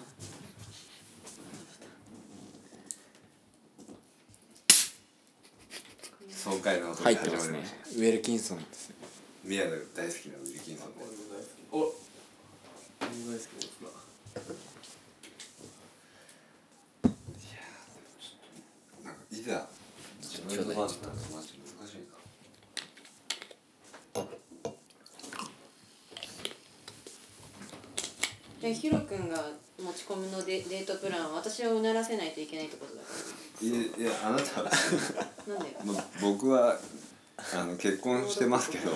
S4: 爽快な音
S6: 入
S4: で
S6: って
S4: 始ま
S6: ま
S4: り
S6: すね
S4: ました。
S6: ウェルキンソンですね
S4: 宮野が大好きなウィルキンソンで
S5: お大好きなやつだ
S4: す。なんかいざ自分の番だとマジ難しいな。
S8: じゃあヒロ君が持ち込むのでデートプランは私をうならせないといけないってことだか
S4: いやいやあなたは、
S8: らなんだよ
S4: ま僕はあの結婚してますけど。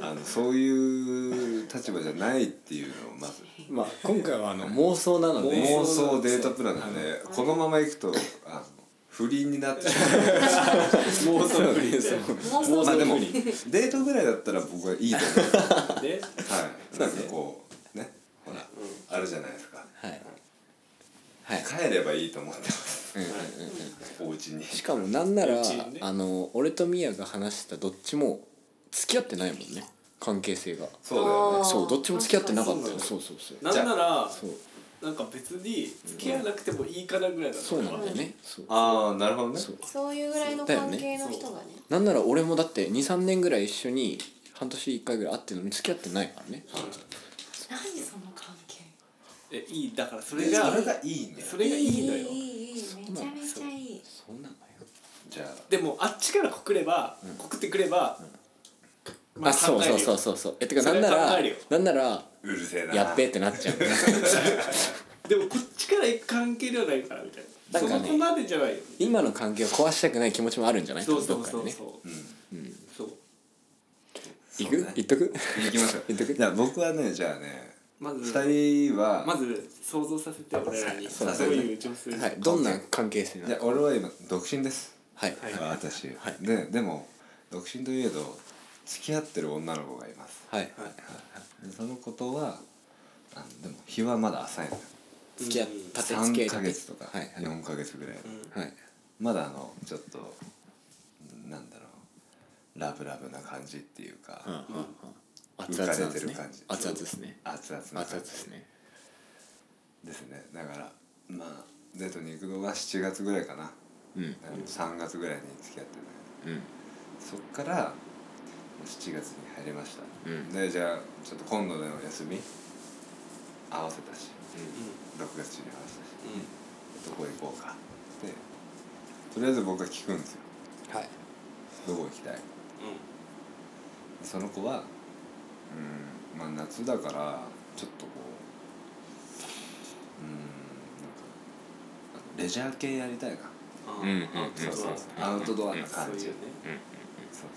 S4: あのそういう立場じゃないっていうのをまず
S6: まあ今回はあの妄想なので
S4: 妄想デートプランなんでこのまま行くとあの不倫になってしまう
S6: 妄想不倫
S8: 妄想
S4: まあでも
S6: 妄想
S4: デートぐらいだったら僕はいいと思う。
S5: で
S4: はい。なんかこうね、ほら、あるじゃないですか。
S6: はいはい
S4: 帰ればいいと思ってます。
S6: うんうんうんうん
S4: お家に。
S6: しかもなんなら、
S5: うちにね
S6: あの俺とミヤが話してたどっちも付き合ってないもんね関係性が
S4: そうだよね。
S6: そうどっちも付き合ってなかった
S5: 確か
S6: よ
S5: に
S6: そうそうそう
S5: なんなら
S6: そう
S5: なんか別に付き合わなくてもいいかなぐらいだった
S6: そうなんだよねそう
S4: ああ、なるほどね。
S6: そう
S8: そういうぐらいの関係の人がね
S6: なんなら俺もだって23年ぐらい一緒に半年1回ぐらい会ってるのに付き合ってないからね
S8: 何その関係
S5: えいいだからそ
S4: そ
S5: れが
S4: それがいいね。
S5: それがいいのよ
S8: いいいいいいめちゃめちゃいい
S6: そうなのよ
S4: じゃあ、
S5: でもあっちから告れば告ってくればま
S6: あそう
S5: 考える
S6: そう
S5: よ
S6: そうそうそうえてか
S5: そ
S6: なん
S5: れ
S6: な
S5: 考
S6: ら
S5: えるよ
S6: なんなら
S4: うるせえな。
S6: やっべってなっちゃう
S5: でもこっちから行く関係ではないからみたいな
S6: だから
S5: そ
S6: ね
S5: こまでじゃないよ
S6: 今の関係を壊したくない気持ちもあるんじゃない
S5: そうそう
S6: どっか
S5: そ
S6: で
S5: う
S6: ね
S5: そう
S4: うん。
S5: そう
S6: 行く
S4: そうね
S6: 行っとく
S4: 行きましょう
S6: 行っとく
S4: じゃあ僕はねじゃあね
S5: まず
S4: 二人は
S5: まず想像させて俺らに
S4: そう
S5: ど
S4: だね
S5: ういう女性
S6: はいどんな関係性な
S4: じ
S6: の
S4: ゃあ俺は今独身です
S6: はいはい
S5: はい
S4: 私、ででも独身といえど付き合ってる女の子がいます
S6: はい
S4: でそのことはあでも日はまだ浅いのよ
S6: 付き合っ立て付き合
S4: 3
S6: い
S4: ヶ月とか
S6: はいはい
S4: 4ヶ月ぐらいの、
S6: はい
S4: まだあのちょっとなんだろうラブラブな感じっていうか、
S6: うんうんうん熱々なんです
S4: 浮
S6: ね
S4: かれてる感じ
S6: 熱々ですね
S4: 熱々な
S6: 熱
S4: 感
S6: 々
S4: じ
S6: ですね
S4: ですねだからまあデートに行くのが7月ぐらいかな、
S6: うん
S4: 3月ぐらいに付き合ってね
S6: うん
S4: そっから7月に入りました、
S6: うん
S4: でじゃあちょっと今度の休み合わせたし、6月中に合わせたし、どこ行こうかでとりあえず僕は聞くんですよ
S6: はい
S4: どこ行きたい、その子はうんまあ夏だからちょっとこううんなんかあのレジャー系やりたいな
S6: うんうん
S5: あ
S4: そうそうそうアウトドアな感じ、
S5: そういうね
S4: そう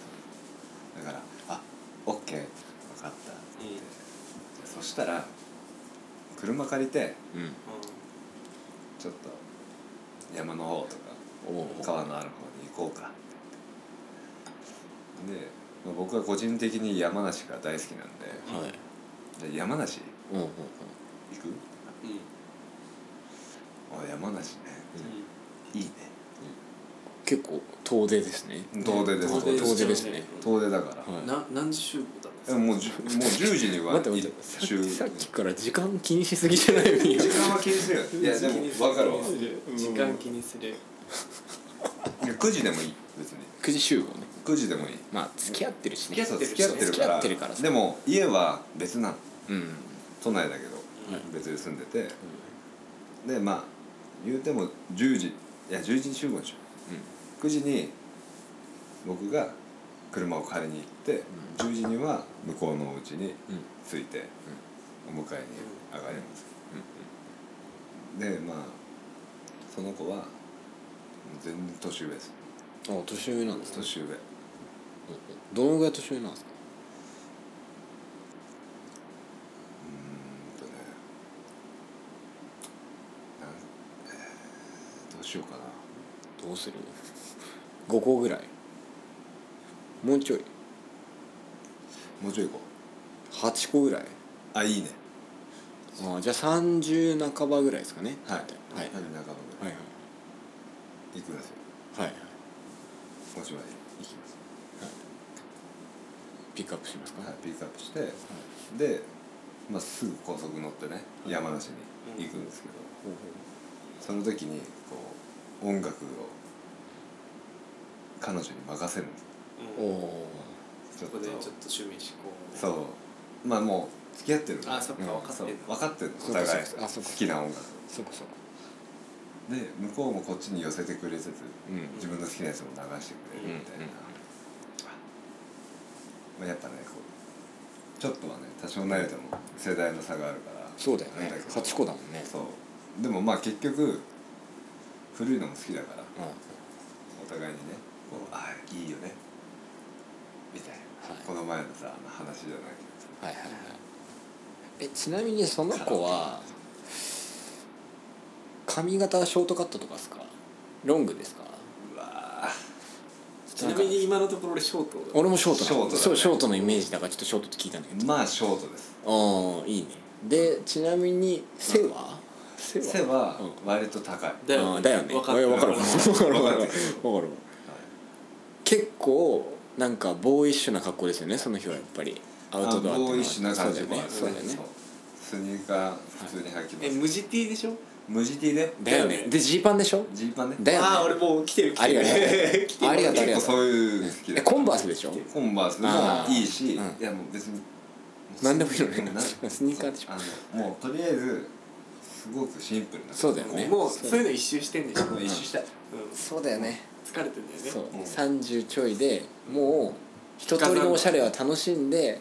S4: そうだから「あオッケー分かった」って、
S5: うん
S4: そしたら車借りて
S6: うん
S4: ちょっと山の方とか
S6: おう
S4: 川のある方に行こうかってで、まあ僕は個人的に山梨が大好きなんで
S6: はい
S4: 「じゃあ山梨
S6: おうおう
S4: 行く?
S5: うんうん」
S4: あ山梨ねいいね
S6: 結構遠出ですね
S4: 遠出です
S5: 遠出
S6: 遠出ですね
S4: 遠出だから、
S6: はい
S5: な何時集合だろう
S4: えもうじゅもう10時には
S6: 待って待っ
S4: い
S6: て
S4: 終
S6: さっきから時間気にしすぎじゃない み
S4: 時間は気にするよ いやでも分かるわ
S5: 気にする時間気にする
S4: いや9時でもいい別に
S6: 9時集合ね
S4: 9時でもいい
S6: まあ付き合ってるし
S5: 付き合
S6: ね
S4: そ
S5: っ
S4: う
S5: てる
S4: 付き合ってるから
S6: 付き合ってるからさ
S4: でも家は別なの
S6: うん
S4: 都内だけど、別に住んでて、でまあ言うても10時いや10時に集合でしょ、う9時に僕が車を借りに行って、10時には向こうのお家に着いて、お迎えに上がります、でまあその子は全然年上です
S6: あ年上なんですね
S4: 年上
S6: どのぐらい年上なんですか
S4: うんとねなん、えーどうしようかな
S6: どうする5個ぐらいもうちょい
S4: もうちょい行こ
S6: 8個ぐらいう
S4: あいいね
S6: ああじゃあ30半ばぐらいですかね
S4: はい
S6: はい
S4: 半ばぐら
S6: はいい
S4: 行くんですよ
S6: はいはい
S4: おしまい行きます
S6: ピックアップしますか
S4: はいピックアップして、で、まあ、すぐ高速乗ってね、山梨に行くんですけど、その時にこう音楽を彼女に任せるんです
S6: お
S5: うん
S6: お
S4: ちょ
S5: そ
S4: っ
S5: ことでちょっと趣味思考
S4: そうまあもう付き合ってるんで
S5: あそっか
S4: うん
S5: 分かってる
S4: そう分かってる
S6: そ
S4: お
S6: っか
S4: 互い
S6: そっかあそ
S4: 好
S6: っか
S4: きな音楽
S6: そっかそっか
S4: で向こうもこっちに寄せてくれつつ、
S6: うん
S4: 自分の好きなやつも流してくれるみたいな、
S6: うんうん
S4: まあ、やっぱねこうちょっとはね多少慣れても世代の差があるから
S6: そうだよ
S4: あれ
S6: ね
S4: けど
S6: 8個だもんね
S4: そうでもまあ結局古いのも好きだから
S6: うん
S4: お互いにねこうああいいよねみたいな、
S6: はい
S4: この前のさあの話じゃないけどさ
S6: はいはいはいえちなみにその子は髪型はショートカットとかですかロングですか
S4: うわー
S5: ちなみに今のところ俺ショート
S6: 俺もショート
S4: ショートだね
S6: そうショートのイメージだからちょっとショートって聞いたんだけど
S4: まあショートです
S6: ああいいねでちなみに背は背
S4: 背は割と高い、
S5: だ
S6: あーだよね
S5: 分かっ
S6: え
S5: て
S6: わかるわかるわかるわかるわ結構なんかボーイッシュな格好ですよねその日はやっぱりアウトド
S4: あ
S6: アってのは
S4: ボーイッシュな感じもある
S6: そうだよねそうだよね
S4: スニーカー普通に履きま
S5: え
S4: す、
S5: 無地 T でしょ
S4: 無地 T で
S6: だ
S5: だ
S6: よ
S5: よ
S6: ね
S5: ね
S6: でジーパンでしょ
S4: ジーパンね
S6: だよね
S5: ああ俺もう来てる来
S6: あり
S5: て
S6: が
S5: る
S6: とうありがとうあり
S4: 結
S6: が
S4: 構そ
S6: とう
S4: ういうの好き
S6: え
S4: だ
S6: コンバースでしょ
S4: コンバースも
S6: あー
S4: いいし、
S6: うん
S4: いやもう別に
S6: 何でもいいよね
S4: うな
S6: スニーカーでしょ
S4: あのもうとりあえずすごくシンプルな
S6: そうだよね
S5: もうそういうの一周してんでしょ
S4: もう一周したい
S5: うん
S6: そうだよね
S5: 疲れてんだよね
S6: そう
S4: うん
S6: 30ちょいでもう一通りのおしゃれは楽しんで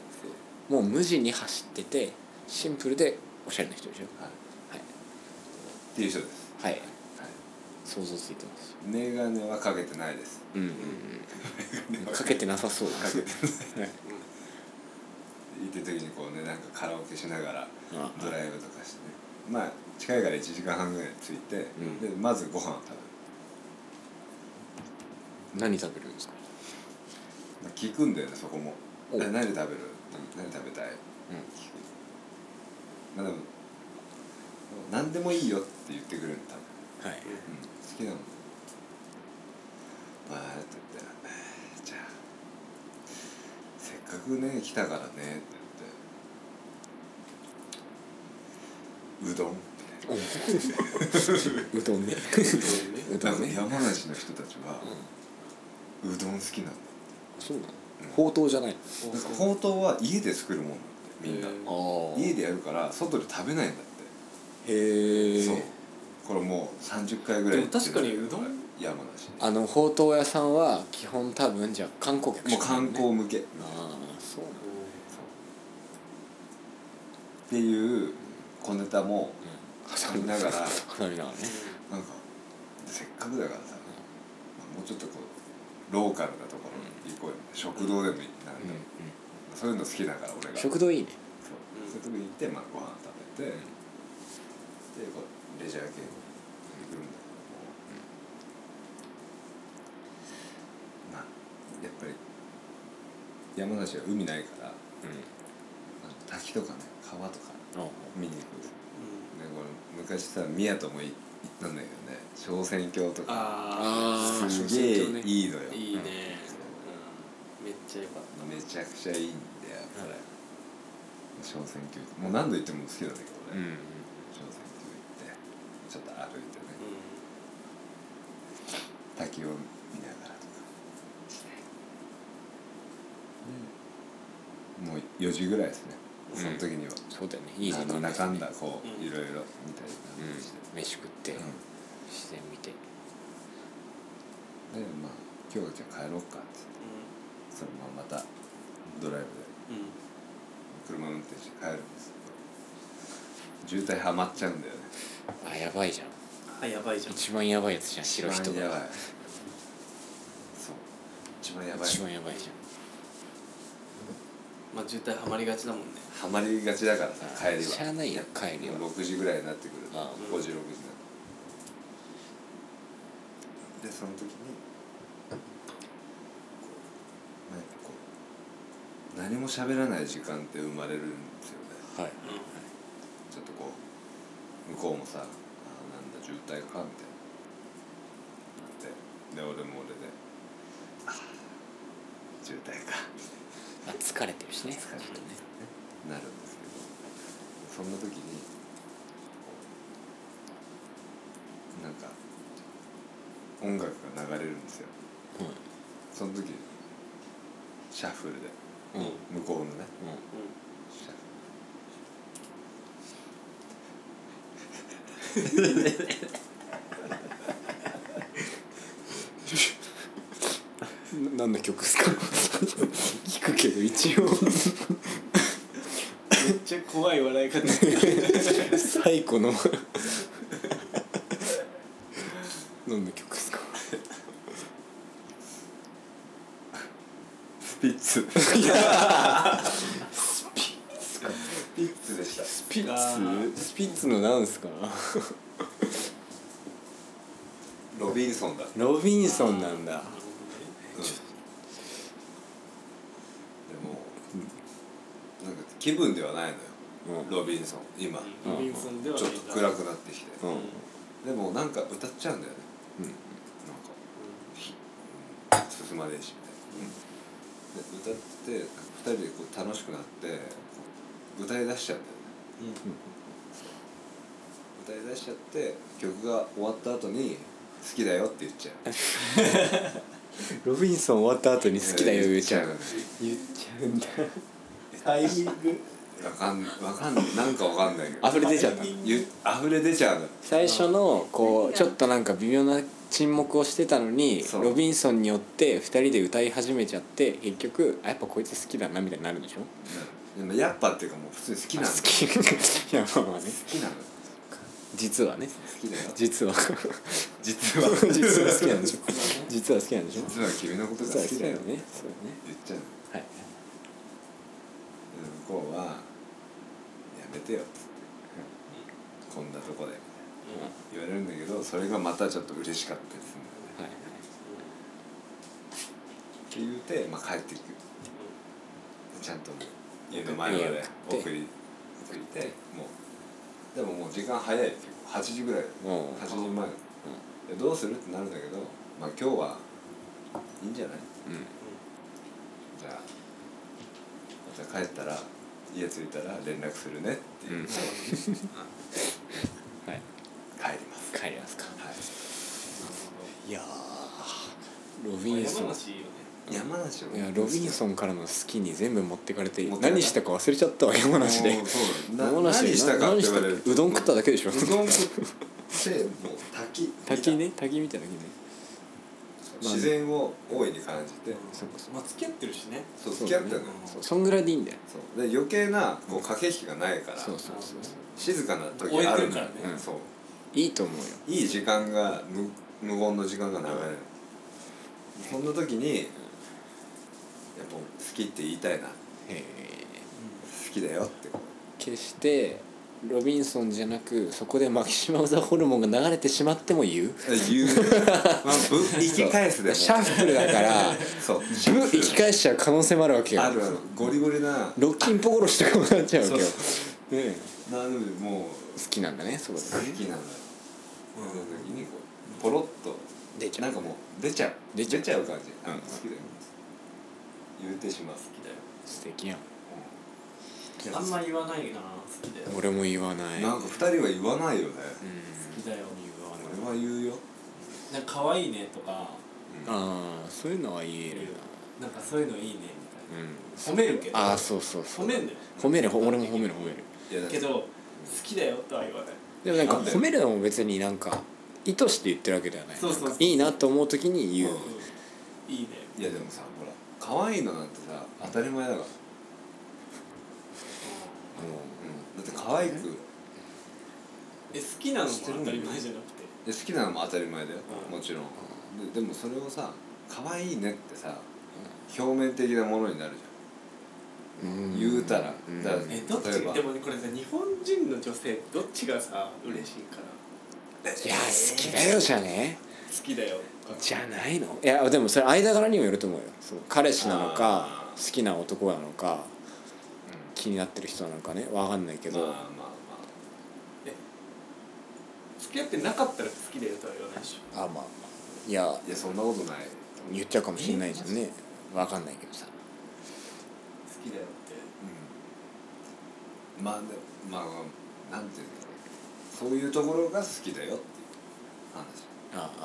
S6: もう無地に走っててシンプルでおしゃれな人でしょ
S4: はい
S6: はい
S4: っていう人です、
S6: はい
S4: は
S6: 想像ついてます
S4: い、メガネはかけてないです
S6: うんうんうんかけてなさそう
S4: かけてない
S3: 行ってる時にこうねなんかカラオケしながら
S6: あ
S3: ドライブとかしてねまあ近いから1時間半ぐらい着いて、
S6: ん
S3: でまずご飯を食べる、
S6: 何食べるんですか
S3: まあ聞くんだよねそこも「
S6: お
S3: え何食べる何何食べたい?」聞く、まあでも何でもいいよって言ってくれるの多分
S6: はい
S3: うん好きなのまあって言って「じゃあせっかくね来たからね」って言って「うどん」
S6: うどんね うど
S3: なん
S6: ん
S3: か
S6: ね
S3: 山梨の人たちは、うどん好きな
S6: そうなのほうとうじゃない
S3: のなんかほうとうは家で作るもんだってみんな、
S5: へー
S6: ああ
S3: 家でやるから外で食べないんだっ
S6: へ
S3: て、
S6: え
S3: そうこれもう30回ぐらい
S5: でも確かにうどん
S3: 山梨ね
S6: あのほうとう屋さんは基本多分じゃあ観光客
S3: もう観光
S6: あ
S3: 向けっ
S6: あそうなの
S3: ていう小ネタも
S6: 挟
S3: ありながら
S6: 挟みながらね
S3: なんかせっかくだからさ、まあもうちょっとこうローカルなところに行こうよ、食堂でもいいなんでも、そういうの好きだから俺が
S6: 食堂いいね
S3: そう
S5: うん
S3: そういうとこに行って、まあ、ご飯食べて、でこうレジャー系に行くんだけども、まあやっぱり山梨は海ないから、あの滝とかね川とか
S6: あ
S3: 見に行くんですよ、ね、これ昔さ宮ともい行ったんだけどね昇仙峡とか
S5: あ
S6: あ
S5: あ
S6: ー
S3: すげえいいのよ、
S5: いいね、うん、めっちゃよかっ
S3: めちゃくちゃいいんだよこれ昇仙峡もう何度行っても好きなんだけどね、
S6: うん
S3: 朝鮮球行ってちょっと歩いてね
S5: た、う
S3: 滝を見ながらとかしてもう4時ぐらいですね
S6: ん
S3: その時には、
S6: そうだよねいい時
S3: あの
S6: 間
S3: 中んだ
S6: う
S3: こ
S5: うん
S3: ういろいろ見たりなんかして、
S6: ん飯食って
S3: うん
S6: 自然見て
S3: でまあ今日はじゃあ帰ろうかっつっ
S5: ん
S3: てそのまままたドライブで
S5: うん
S3: 車運転して帰るんですけど渋滞はまっちゃうんだよね
S6: あやばいじゃん
S5: あやばいじゃん
S6: 一番やばいやつじゃん白い人
S3: 一番やばい
S6: が
S3: そう一番やばい
S6: 一番やばいじ
S5: まあ渋滞はまりがちだもんね
S3: ハマりがちだからさ帰りは
S6: しゃあないよ帰りは
S3: 6時ぐらいになってくる
S6: ああ
S3: 5時6時になってでその時になんかこう何も喋らない時間って生まれるんですよね
S6: ゃんはい
S3: ちょっとこう向こうもさあなんだ渋滞かみたいななってで俺も俺であ渋滞か
S6: あ疲れてるしね
S3: 疲れてる
S6: ちょっとね
S3: なるんですけどそんな時になんか音楽が流れるんですよその時にシャッフルで
S6: うんうんうん
S3: 向こうのねシャッ
S6: な何の曲ですか 聞くけど一 応
S5: めっちゃ怖い笑い方
S6: 最古の何の 曲ですか
S3: フルでスピッツスピッツでした
S6: スピッツスピッツのなんですか
S3: ロビンソンだ
S6: ロビンソンなんだ
S3: うんでも、なんか気分ではないのよ、
S6: うん
S3: ロビンソン今、
S5: ロビンソンでは
S3: ち
S5: な
S3: ょ
S5: い
S3: っ
S5: んだ
S3: と暗くなってきて、
S6: うん
S3: でもなんか歌っちゃうんだよね、
S6: うん
S3: なんか、ひうん進まねえしみたいな、で歌ってなんか二人でこう楽しくなってこう歌い出しちゃうんだよね、そう歌い出しちゃって曲が終わった後に「好きだよ」って言っちゃう
S6: ロビンソン終わった後に好きだよ言っちゃう
S3: 言っ
S6: 言っちゃうんだタイミング
S3: わかんわかんないなんかわかんないけど
S6: 溢れ出ちゃった
S3: ゆ溢れ出ちゃうの
S6: 最初のこうちょっとなんか微妙な沈黙をしてたのに
S3: そう
S6: ロビンソンによって2人で歌い始めちゃって結局あやっぱこいつ好きだなみたいになるんでしょ
S3: でもやっぱっていうかもう普通に好きなの
S6: 好き いやまあまあね
S3: 好きなの好
S6: 実はね
S3: きだよ
S6: 実は
S3: 実は
S6: 実は好きなんで しょ実は好きなんでしょ
S3: 実は君のことが
S6: 実は
S3: 好
S6: 好
S3: き
S6: き
S3: だ
S6: だ
S3: よ
S6: よねそうだね
S3: 言っちゃうの
S6: はい
S3: で
S4: こうは「やめてよ」っつって「こんなとこで」言われるんだけどそれがまたちょっと嬉しかったりするんだよね。
S6: はい
S4: って言うて、まあ、帰っていくちゃんともう家の前まで送り送りてもうでももう時間早い結構8時ぐらい
S6: も
S4: 8時前、でどうするってなるんだけどまあ今日はいいんじゃ ない、
S6: ん
S4: じゃあまた帰ったら家着いたら連絡するねっていう、
S6: うん
S4: 帰
S6: うはい
S4: ります
S6: 帰りますか
S4: はい
S6: やーロビンソ
S5: 山
S6: ン
S5: 梨いいよね
S4: い山梨を
S6: いやロビンソンからの好きに全部持ってかれて
S4: 持ってかれた
S6: 何したか忘れちゃったわ山梨で
S4: もうそうな
S6: 山
S4: 何
S6: 梨で
S4: したかって言われ
S6: 何
S4: る
S6: したっけうどん食っただけでしょ
S4: うどん食ってもう滝
S6: 滝ね滝みたいなね
S4: 自然を大いに感じて
S6: そうかそう
S5: まあ付き合ってるしね
S4: そう
S6: そう
S4: 付き合ってんのよ
S6: そうそんぐらいでいいんだよ
S4: そうで余計なこう駆け引きがないから
S6: そうそうそうそう
S4: 静かな時あ
S5: 終えて
S4: る
S5: るから
S6: ね
S4: そう
S6: いいと思うよ
S4: いい時間が無無言の時間が流れるそんな時にやっぱ好きって言いたいな好
S6: へえ
S4: きだよ ってこ
S6: 決してロビンソンじゃなくそこでマキシマムザホルモンが流れてしまって も言う
S4: う言うまあぶ生き返すでも
S6: シャッフルだ から
S4: そう
S6: ぶ生き返しちゃう可能性もあるわけよ
S4: あるあるゴリゴリな
S6: ロッキンポコロシとかもなっちゃうわけよねえ
S4: なのでもう
S6: 好きなんだねそこ
S4: 好
S6: でね
S4: きなのよその時にこうポロッと
S6: 出ちゃう
S4: なんかもう出ちゃう
S6: 出ちゃ
S4: 感
S6: う
S4: じ、
S6: うん
S4: 好きだよ言うてしまう好きだよ
S6: 素敵やん
S5: あんま言わないな好きだよ
S6: 俺も言わない
S4: なんか二人は言わないよね、
S5: 好きだよ
S4: 俺は言うよ
S5: なんか可愛いねとか
S6: ああそういうのは言える
S5: なんかそういうのいいねみ
S6: なうん
S5: たいな褒めるけど
S6: ああそうそうそう
S5: 褒めんだよ
S6: 褒めるほ俺も褒める褒める
S4: いやだって
S5: けど好きだよとは言わない
S6: でもなんか
S4: なんだよ
S6: 褒めるのも別になんか意図して言ってるわけではない
S5: そうそうそう
S6: なんかいいなと思う時に言う、
S5: いいね
S4: いやでもさほら可愛いのなんてさ当たり前だから、うん、だって可愛く
S5: え好きなのも当たり前じゃなくて
S4: で好きなのも当たり前だよ、
S5: うん
S4: もちろん、ででもそれをさ可愛いねってさ表面的なものになるじゃん、言うたら、
S6: ん
S4: だから
S5: えどっち
S4: 例えば
S5: でもねこれさ日本人の女性どっちがさ嬉しいかない
S6: や好きだよじゃね
S5: 好きだよ
S6: じゃないのいやでもそれ間柄にもよると思うよそう彼氏なのか
S4: あ
S6: 好きな男なのか気になってる人なのかねわかんないけ
S4: まあ
S6: ど、
S4: まあまあ
S5: 付き合ってなかったら好きだよとは言わないでしょ
S6: あまあまあいや
S4: いやそんなことない
S6: 言っちゃうかもしれないじゃんねわかんないけどさ
S5: 好きだよっ
S4: まあでまあなんていうんだろうそういうところが好きだよっていう話
S6: あああ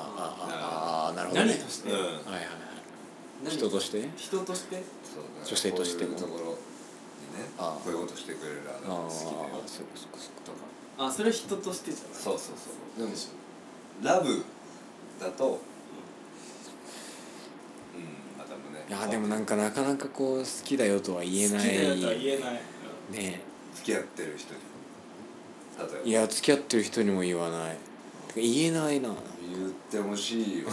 S6: あああなるほ
S5: て
S6: どね
S5: 何として
S4: うん
S6: はいはいは
S5: 何
S6: い人として
S5: 人として
S4: そうだから
S6: 女性として
S4: こうい
S6: も
S4: うところにね
S6: ああ
S4: こういうことしてくれるあな
S6: あ
S4: たが好きだよ
S6: あそうかそうかそうか
S4: とか
S5: あそれは人としてじゃない
S4: そうそうそうでもラブだとうんまたもね
S6: いやでもなんかなかなかこう好きだよとは言え
S5: 好
S6: な
S5: きだよ
S6: い
S5: とは言えない
S6: ね
S4: 付き合ってる人に例えば
S6: いや付き合ってる人にも言わないてか言えないな
S4: 言ってほしい よ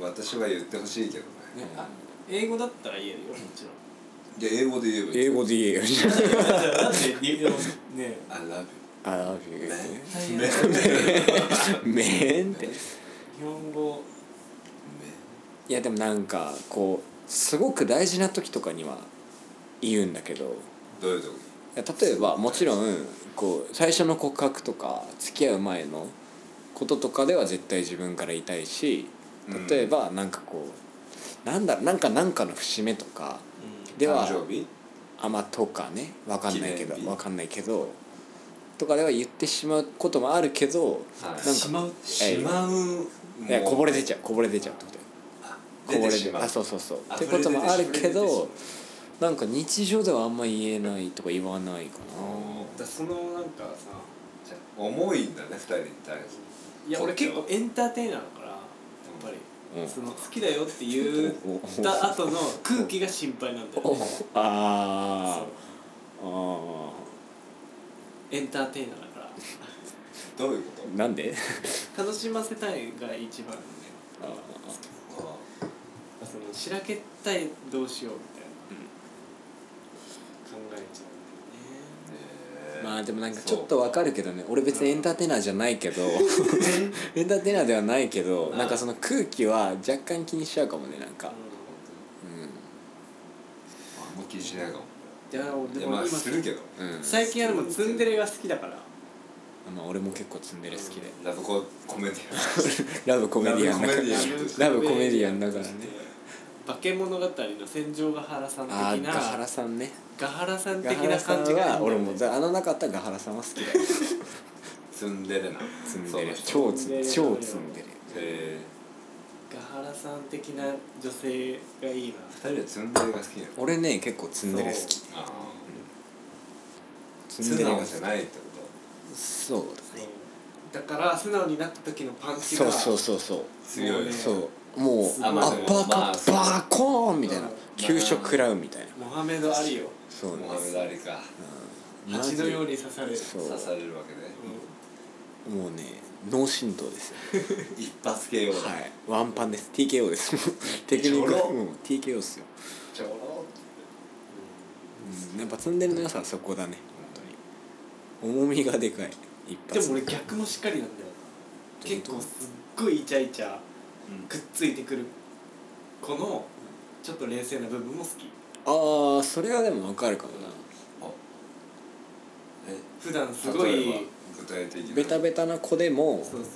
S4: 私は言ってほしいけど
S5: うん
S4: ね
S5: ねあ英語だったら言えるよもちろん
S4: じゃあ英語で言えばいい
S6: 英語で言え よじゃ
S5: だってにでも ね
S4: I love you
S6: あああ
S5: ね
S6: めんって
S5: 日本語
S6: いやでもなんかこうすごく大事な時とかには言うんだけど
S4: どういうとこ
S6: いや例えばもちろんこう最初の告白とか付き合う前のこととかでは絶対自分から言いたいし
S4: うん
S6: 例えばなんかこうなんだなんかなんかの節目とかでは
S4: 誕生日
S6: あまあとかねわかんないけ
S4: 記
S6: ど
S4: 念日
S6: わかんないけどとかでは言ってしまうこともあるけど
S4: はい
S6: なん
S5: し
S6: か
S5: まう
S4: しまう
S6: いや
S4: もう
S6: こぼれ出ちゃうこぼれ出ちゃうってことだよ
S4: 出て
S6: こぼれ
S4: しまう
S6: あそうそうそう
S4: あ
S6: ってこともあるけ
S4: 溢れ出てしま
S6: どなんか日常ではあんま言えないとか言わないか
S4: だからそのなんかさじゃあ重いんだね二人に対して
S5: いや俺結構エンターテイナーだからやっぱり、
S6: うん
S5: その好きだよって言った後の空気が心配なんだよ、ね、
S6: なあーあ
S5: エンターテイナーだから
S4: どういうこ
S6: ーなんで
S5: 楽しませたいが一番ね
S4: と
S5: そのしらけったいどうしようみたいな、
S6: まあでもなんかちょっとわかるけどね俺別にエンターテイナーじゃないけどエンターテイナーではないけどなんかその空気は若干気にしちゃうかもねなんか
S4: あんま気にしないかも
S5: じゃあ
S4: い
S5: 俺
S4: や
S5: も
S4: まあ
S5: 今
S4: するけど
S6: うん、
S5: 最近あのツンデレが好きだから
S6: まあ俺も結構ツンデレ好きで
S4: ラブココメディ
S6: ラブコメディアンだから
S4: ラブコメディアンとして
S6: ラブコメディアンだからね
S5: 化け物語の戦場ヶ原さん的
S6: ああ
S5: な
S6: ガハラさんね
S5: ガハラさん
S6: ガ
S5: 的
S6: ハ
S5: な
S6: ラさん
S5: 感じがいいんだ
S6: は
S5: よね
S6: 俺もだあの中あったらガハラさんは好きだよ
S4: ツンデレな
S6: ツン
S4: そ
S6: デ
S4: う
S6: レ
S4: な人
S6: 超ツン超ツンデレ
S4: え
S5: ガハラさん的な女性がいい
S4: ー、
S5: な
S4: 二人はツンデレが好きなの
S6: 俺ね結構ツンデレ好き
S4: あー
S6: ツ
S4: 素
S6: ンデレが
S4: 直
S6: 好き
S4: じゃないってこ
S6: そうだね
S5: だから素直になった時のパンチ
S6: そ
S5: が
S6: うそうそうそう
S4: と強いね
S6: そうもうア
S4: あ
S6: ッ
S4: まあ
S6: パーカ
S4: まあ
S6: ッ
S4: そう
S6: バーコーンみたいな
S5: うん
S6: 給食食らうみたいな
S5: モハメド・アリを
S6: そうね
S4: モハメド・アリか
S6: マジ
S5: 蜂のように刺される
S6: そう
S4: 刺されるわけね
S6: もうね脳震盪ですよ
S4: 一発系を
S6: はいワンパンです TKO ですテクニック
S4: ちょろ
S6: うん TKO っすよ
S4: ちょろ
S6: うんやっぱツンデレの良さはそこだね本当に重みがでかい一
S5: で
S6: 発
S5: も俺逆もしっかりなんだよ結構すっごいイチャイチャくっついてくるこのちょっと冷静な部分も好き
S6: ああそれはでも分かるかもな
S5: 普段すごい
S4: 例えば具体的な
S6: ベタベタな子でも
S5: そうそうそ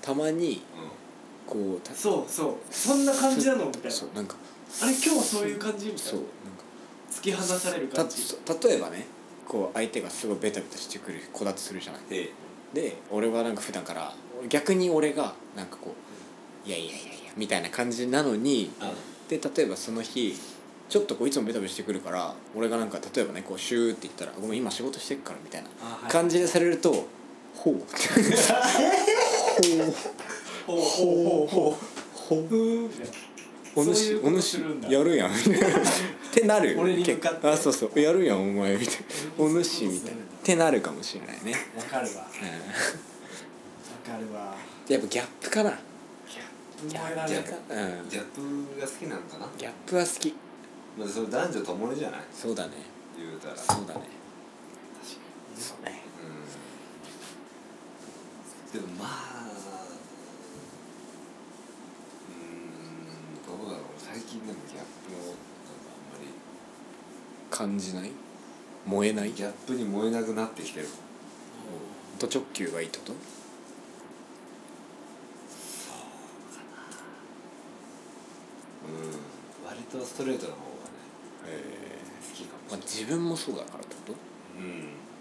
S6: たまに
S4: う
S6: こうた
S5: うそうそうそうそんな感じなのみたいな
S6: そうなんか
S5: あれ今日はそういう感じみたい
S6: そ
S5: な
S6: うなんか
S5: 突き放される
S6: た
S5: 感じ
S6: 例えばねこう相手がすごいベタベタしてくる子だとするじゃない
S4: んで
S6: で俺はなんか普段から逆に俺がなんかこう「いやいやいやいや」みたいな感じなのにで例えばその日ちょっとこういつもベタベタしてくるから俺がなんか例えばねこうシューって言ったら「ごめん今仕事してるから」みたいな
S5: あはい
S6: 感じでされると「ほう」 って
S5: ほうほうほうほうほう
S6: 「お
S5: そうい
S6: 主
S5: うこ
S6: お
S5: と
S6: 主
S5: するんだ
S6: やるやん」みたいなってなる
S5: 俺に向かって
S6: あそうそう「やるやんお前」みたいな「お主」
S5: そ
S6: みたい
S5: ういうことするだ
S6: なんってなるかもしれないね、
S5: わかるわわ
S6: うん
S5: かるわ
S6: やっぱギャップかな
S5: お前ら
S4: ギャ
S5: ね
S4: ップ
S6: うん
S4: ギャップが好きなんかな
S6: ギャップは好き
S4: まあそれ男女ともにじゃない
S6: そうだね
S4: 言うたら
S6: そうだねそうね
S4: うんでもまあうーんどうだろう最近でもギャップをなんかあんまり
S6: 感じない燃えない
S4: ギャップに燃えなくなってきてる
S6: ド直球がいいってこと
S4: うん割とストレートな方がね
S6: ええ
S4: 好きかもし
S6: ま
S4: れ
S6: あ、
S4: ない
S6: 自分もそうだからってこと
S4: うん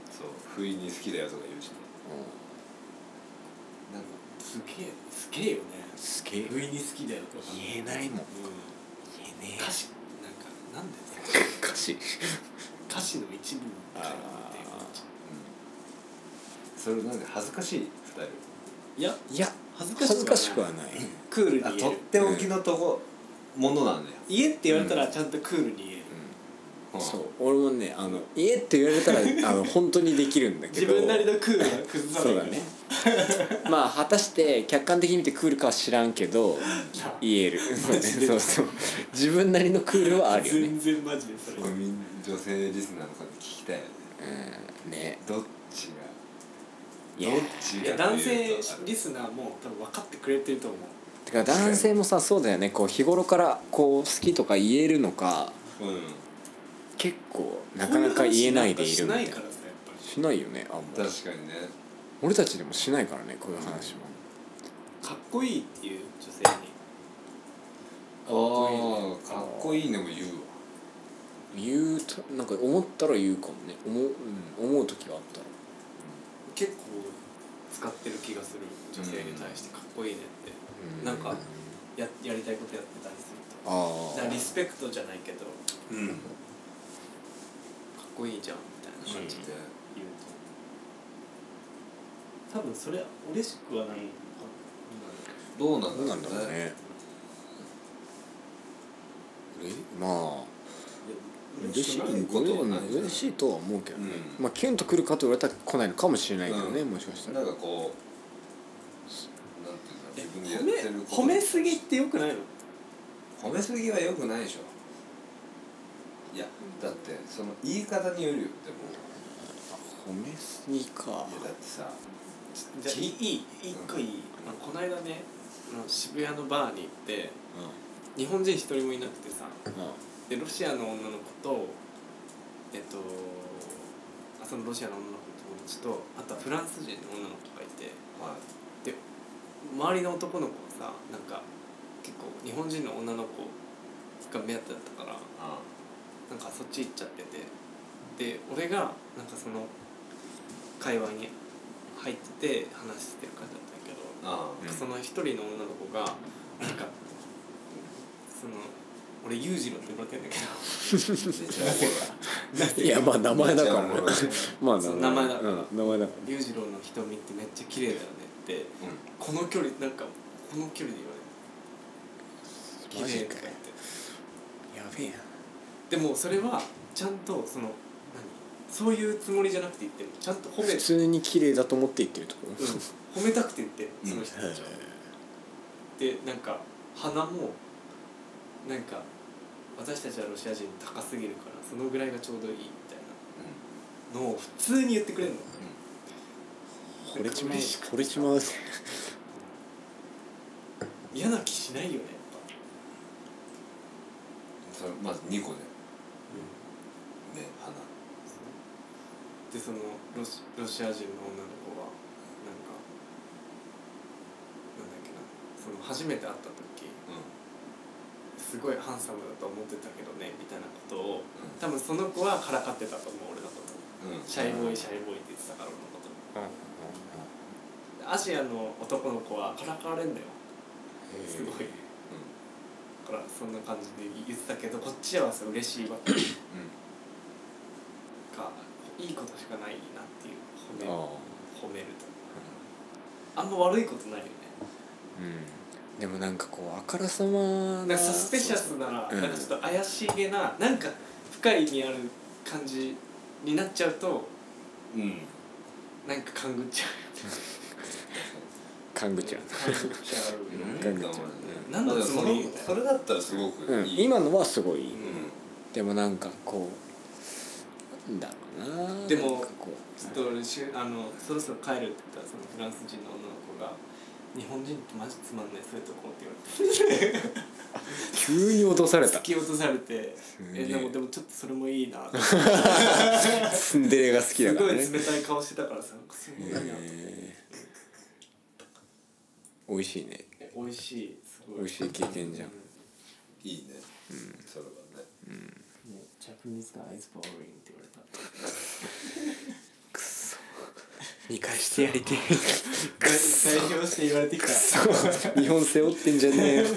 S4: そう不意に好きだよとか言うしね
S6: う
S4: なんか
S5: すげえすげえよね
S6: んすげえ
S5: 不意に好きだよとか
S6: 言えないもん
S5: うん
S6: 言えね
S5: 歌詞なんかなんだよね
S6: え歌詞
S5: 歌詞の一部を書いてっていう
S4: それなんで恥ずかしい二人
S5: いや
S6: いや
S5: 恥ずかしくはない
S6: 恥ずかし
S5: ク
S6: くはない
S5: ールに
S4: あ
S5: 言
S4: と
S5: え
S4: っ
S5: る
S4: ておきのとこ、ものなんだよ、
S5: 家って言われたらちゃんとクールに言える
S4: うん
S6: そう俺もねあの「家」って言われたらあ の本当にできるんだけ
S5: 自
S6: ど
S5: 分なりのクールは崩さな
S6: そ
S5: いう
S6: だねまあ果たして客観的に見てクールかは知らんけど言える そうそう自分なりのクールはあるよね
S5: 全然マジでそれ
S4: これみん女性リスナーの方に聞きたいよね
S6: うんね
S4: どっち
S6: い
S4: が
S6: や
S4: どっち
S5: いや
S4: がと
S5: 男
S4: いう
S5: 性
S4: と
S5: リスナーも多分分かってくれてると思う
S6: てか男性もさそうだよねこう日頃からこう好きとか言えるのか
S4: うん
S6: 結構なかなか言えないでいる
S5: こ
S6: み
S5: ん話んかしない
S6: たいな
S5: からさやっぱり
S6: しないよねあんまり
S4: 確かにね
S6: 俺たちでもしないからねこういう話も
S5: かっこいいっていう女性に
S4: ああかっこいいねも言うわ
S6: 言うとなんか思ったら言うかもね思う,、うん、思う時はあったら
S5: 結構使ってる気がする女性に対してかっこいいねって、
S6: うん
S5: なんかややりたいことやってたりすると
S6: あ
S5: だからリスペクトじゃないけどかっ
S4: うん
S5: こいいじゃんみたいな感じで言うと、多分それ嬉しくはないのか
S4: どうな
S6: どうなん
S4: ん
S6: だ
S4: だ
S6: ろ
S4: ろ
S6: う
S4: うね
S6: ねうれまあ
S5: な
S6: 嬉し
S4: 嬉し
S6: い
S4: くないことはない
S6: 嬉しいとは思うけどね、
S4: うん
S6: まあキュンとくるかと言われたら来ないのかもしれないけどね、
S4: うん
S6: もしかした
S4: な
S6: ら
S4: んかこうなんていうんだ自分でやってること
S5: 褒め褒めすぎってよくないの
S4: 褒めすぎはよくないでしょいやだってその言い方によるよでも
S6: 褒めすぎか
S4: だってさ
S5: じゃあいいいい一個いい、あのこの間ねあの渋谷のバーに行って日本人一人もいなくてさ
S6: うんうん
S5: でロシアの女の子とえっとあそのロシアの女の子の友達とあとはフランス人の女の子がいて
S4: ま
S5: 周りの男の子がさなんか結構日本人の女の子が目当てだったから
S4: あ
S5: なんかそっち行っちゃっててで俺がなんかその会話に入ってて話してる感じだったんやけど
S4: ああ
S3: うん
S5: その一人の女の子がなんかその俺裕次郎って呼ばれてんだけ
S6: いやまあ名前だから
S4: めっちゃおもろい
S6: まあ
S5: そう名前だから
S6: うん名前だか
S5: ど裕次郎の瞳ってめっちゃ綺麗だよねって、この距離なんかこの距離で言わ
S6: マ
S5: れて
S6: ジか
S5: と
S6: よ
S5: か言って
S6: やべえ
S5: でもそれはちゃんとその何そういうつもりじゃなくて言ってるちゃんと褒め
S6: 普通に綺麗だと思って言ってるところ
S5: うん、褒めたくて言ってその人たちをでなんか鼻もなんか私たちはロシア人高すぎるからそのぐらいがちょうどいいみたいなのを普通に言ってくれるの、
S6: 惚れち まう
S5: 嬉しく
S6: 惚れちまう
S5: 嫌な気しないよねやっ
S4: それまず2個でね
S5: ぱでそのロシロシア人の女の子はなんかなんだっけなその初めて会った時すごいハンサムだと思ってたけどねみたいなことを多分その子はからかってたと思う俺だと思う
S4: 鼻うんうん
S5: シャイボーイシャイボーイって言ってたから俺のこと、アジアの男の子はからかわれんだよすごい、だからそんな感じで言ってたけどこっちはそう嬉しいわけかいいことしかないなっていう褒める
S6: あ
S5: 褒めるとあんま悪いことないよね
S6: うんでもなんかこうあからさま
S5: なんかサスペシャスなら、
S6: うん
S5: なんかちょっと怪しげななんか深い意味ある感じになっちゃうと
S4: うんうん
S5: なんか勘ぐっちゃ
S6: 勘
S5: う
S6: ぐっちゃう
S5: 勘ぐっちゃうよね
S6: ガンガン
S5: 何のつもりみたいな
S4: それだったらすごく
S6: うん
S4: いい、
S6: 今のはすごい
S4: うん
S6: でもなんかこうなんだろうな
S5: でも
S6: なんかこう
S5: ちょっと俺しゅあのそろそろ帰るって言ったらそのフランス人の女の子が「日本人ってマジつまんないそういうとこ」って言われて
S6: 急に落とされた
S5: 突き落とされて
S6: げ
S5: え
S6: え
S5: でもでもちょっとそれもいいな
S6: ツンデレが好きだ
S5: す
S6: か
S5: ご
S6: ら
S5: い
S6: ね
S5: 冷たい顔してたからさすごいなと思って
S6: へー美味しいね
S5: 美味しいすごい
S6: 美味しい経験じゃん
S4: いいね、それはね
S5: ねジャパニーズがアイスボーリンって言われた
S6: 見返してやりて
S5: 代代表して言われてきた
S6: え日本背負ってんじゃねえよ
S4: じゃあ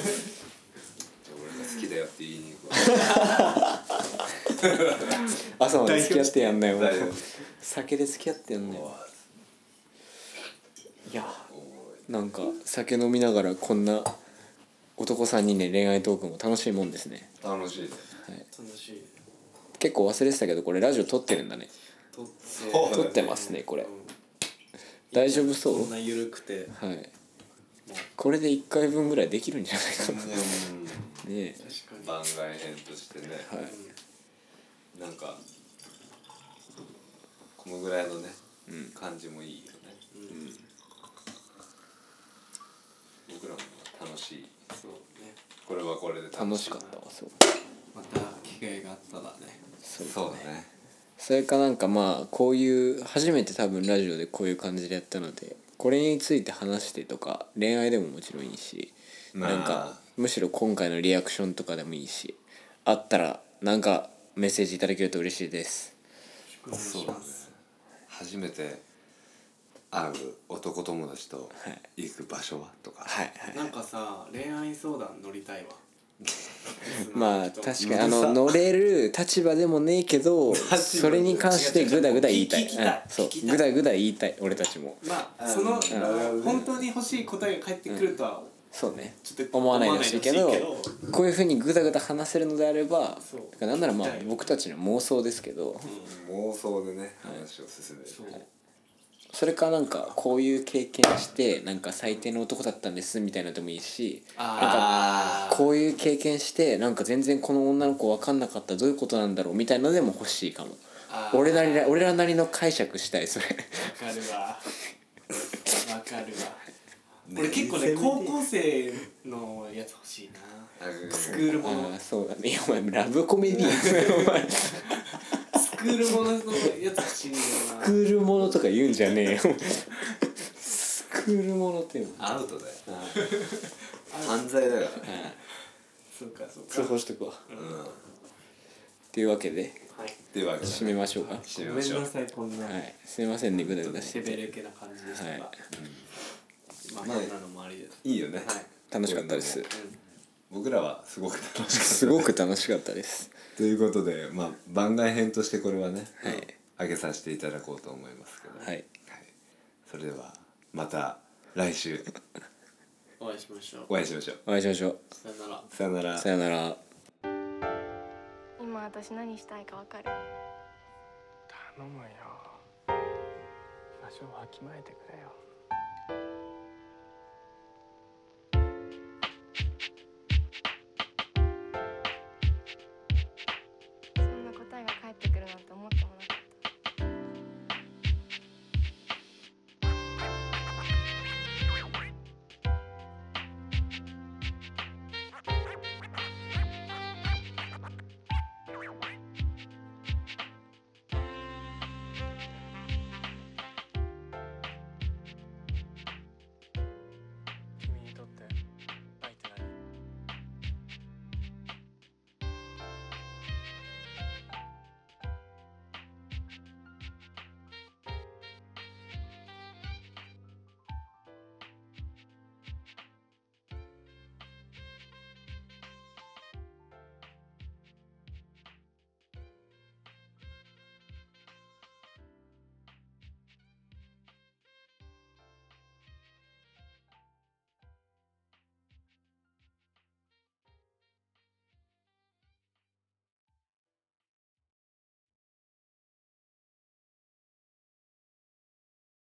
S4: 俺が好きだよって言いに行くわ
S6: 朝まで付き合ってやんなよ
S4: 代表し
S6: 酒で付き合ってやんなよいやなんか酒飲みながらこんな男3人で恋愛トークも楽しいもんですね
S4: 楽しいね
S5: 楽しい
S6: 結構忘れてたけどこれラジオ撮ってるんだね
S5: 撮って
S4: そうだね
S6: 撮ってますねこれ大丈夫そ
S5: こ
S6: うん
S5: な緩くて
S6: はいこれで1回分ぐらいできるんじゃないかなね
S4: うん
S6: え
S5: 確か
S4: 番外編としてね、
S6: はい
S4: なんかこのぐらいのね、感じもいいよね、僕らも楽しい
S5: にそうね
S4: これはこれで
S6: 楽しかったわそう
S5: また機会があったらね
S6: そう
S4: そうだね
S6: それかなんかまあこういう初めて多分ラジオでこういう感じでやったのでこれについて話してとか恋愛でももちろんいいし
S4: まあ
S6: なんかむしろ今回のリアクションとかでもいいしあったらなんかメッセージいただけると嬉しいです
S4: そうだね初めて会う男友達と
S6: はい
S4: 行く場所はとか、
S6: はい
S5: な
S6: は
S5: ん
S6: い
S5: かさ恋愛相談乗りたいわ
S6: まあ確かにあ
S4: うるさ
S6: の乗れる立場でもねえけどそれに関してグダグダ言いたい
S5: 聞きたい
S6: うんそう
S5: 聞きたい
S6: グダグダ言いたい俺たちも
S5: まあその
S4: うん
S5: 本当に欲しい答えが返ってくるとは
S6: そうね
S5: ちょっと
S6: 思わないらしいけ
S5: 思
S6: ど
S5: わないらしい
S6: こういうふうにグダグダ話せるのであれば
S5: そう
S6: だからなんならまあ
S5: 聞きたい
S6: 僕たちの妄想ですけど
S4: 妄想でね話を進める、
S5: そう
S6: それかなんかこういう経験してなんか最低の男だったんですみたいなのでもいいし
S5: あー
S6: こういう経験してなんか全然この女の子分かんなかったどういうことなんだろうみたいなのでも欲しいかも
S5: あー
S6: 俺なりな俺らなりの解釈したいそれ
S5: わかるわわかるわ俺結構ね高校生のやつ欲しいなスクールもの
S6: ああそうだねいやお前ラブコメディ ーお前ス
S5: スクールもののやつ欲しいんだよ
S6: クールものとか言うんじゃねえよ スクールものっていうの
S4: アウトだよ 犯罪だからね
S5: そうかそう
S6: 通
S5: か
S6: 報しとくわっていうわけで
S5: はい
S4: では
S6: 締めましょうか
S4: 締め
S5: ご
S4: ま
S5: め
S4: しょ
S5: ん
S4: う
S5: なさいこんな
S6: はいすいませんねぐだぐだして
S5: 手べれけな感じでしたが、
S6: はい
S5: まあこんなのもありです
S4: いいよね
S5: はい
S6: 楽しかったです
S4: 僕らはすごく楽しかっ
S6: すごく楽しかったです
S4: たということでまあ番外編としてこれはね
S6: はい
S4: 上げさせていただこうと思いますけど
S6: はい
S4: それではまた来週
S5: お会いしましょう
S4: お会いしましょう
S6: お会いしましょ
S5: さよなら
S4: さよなら
S6: うさよなら
S9: 今私何したいか分かる
S2: 頼むよ場所をわきまえてくれよ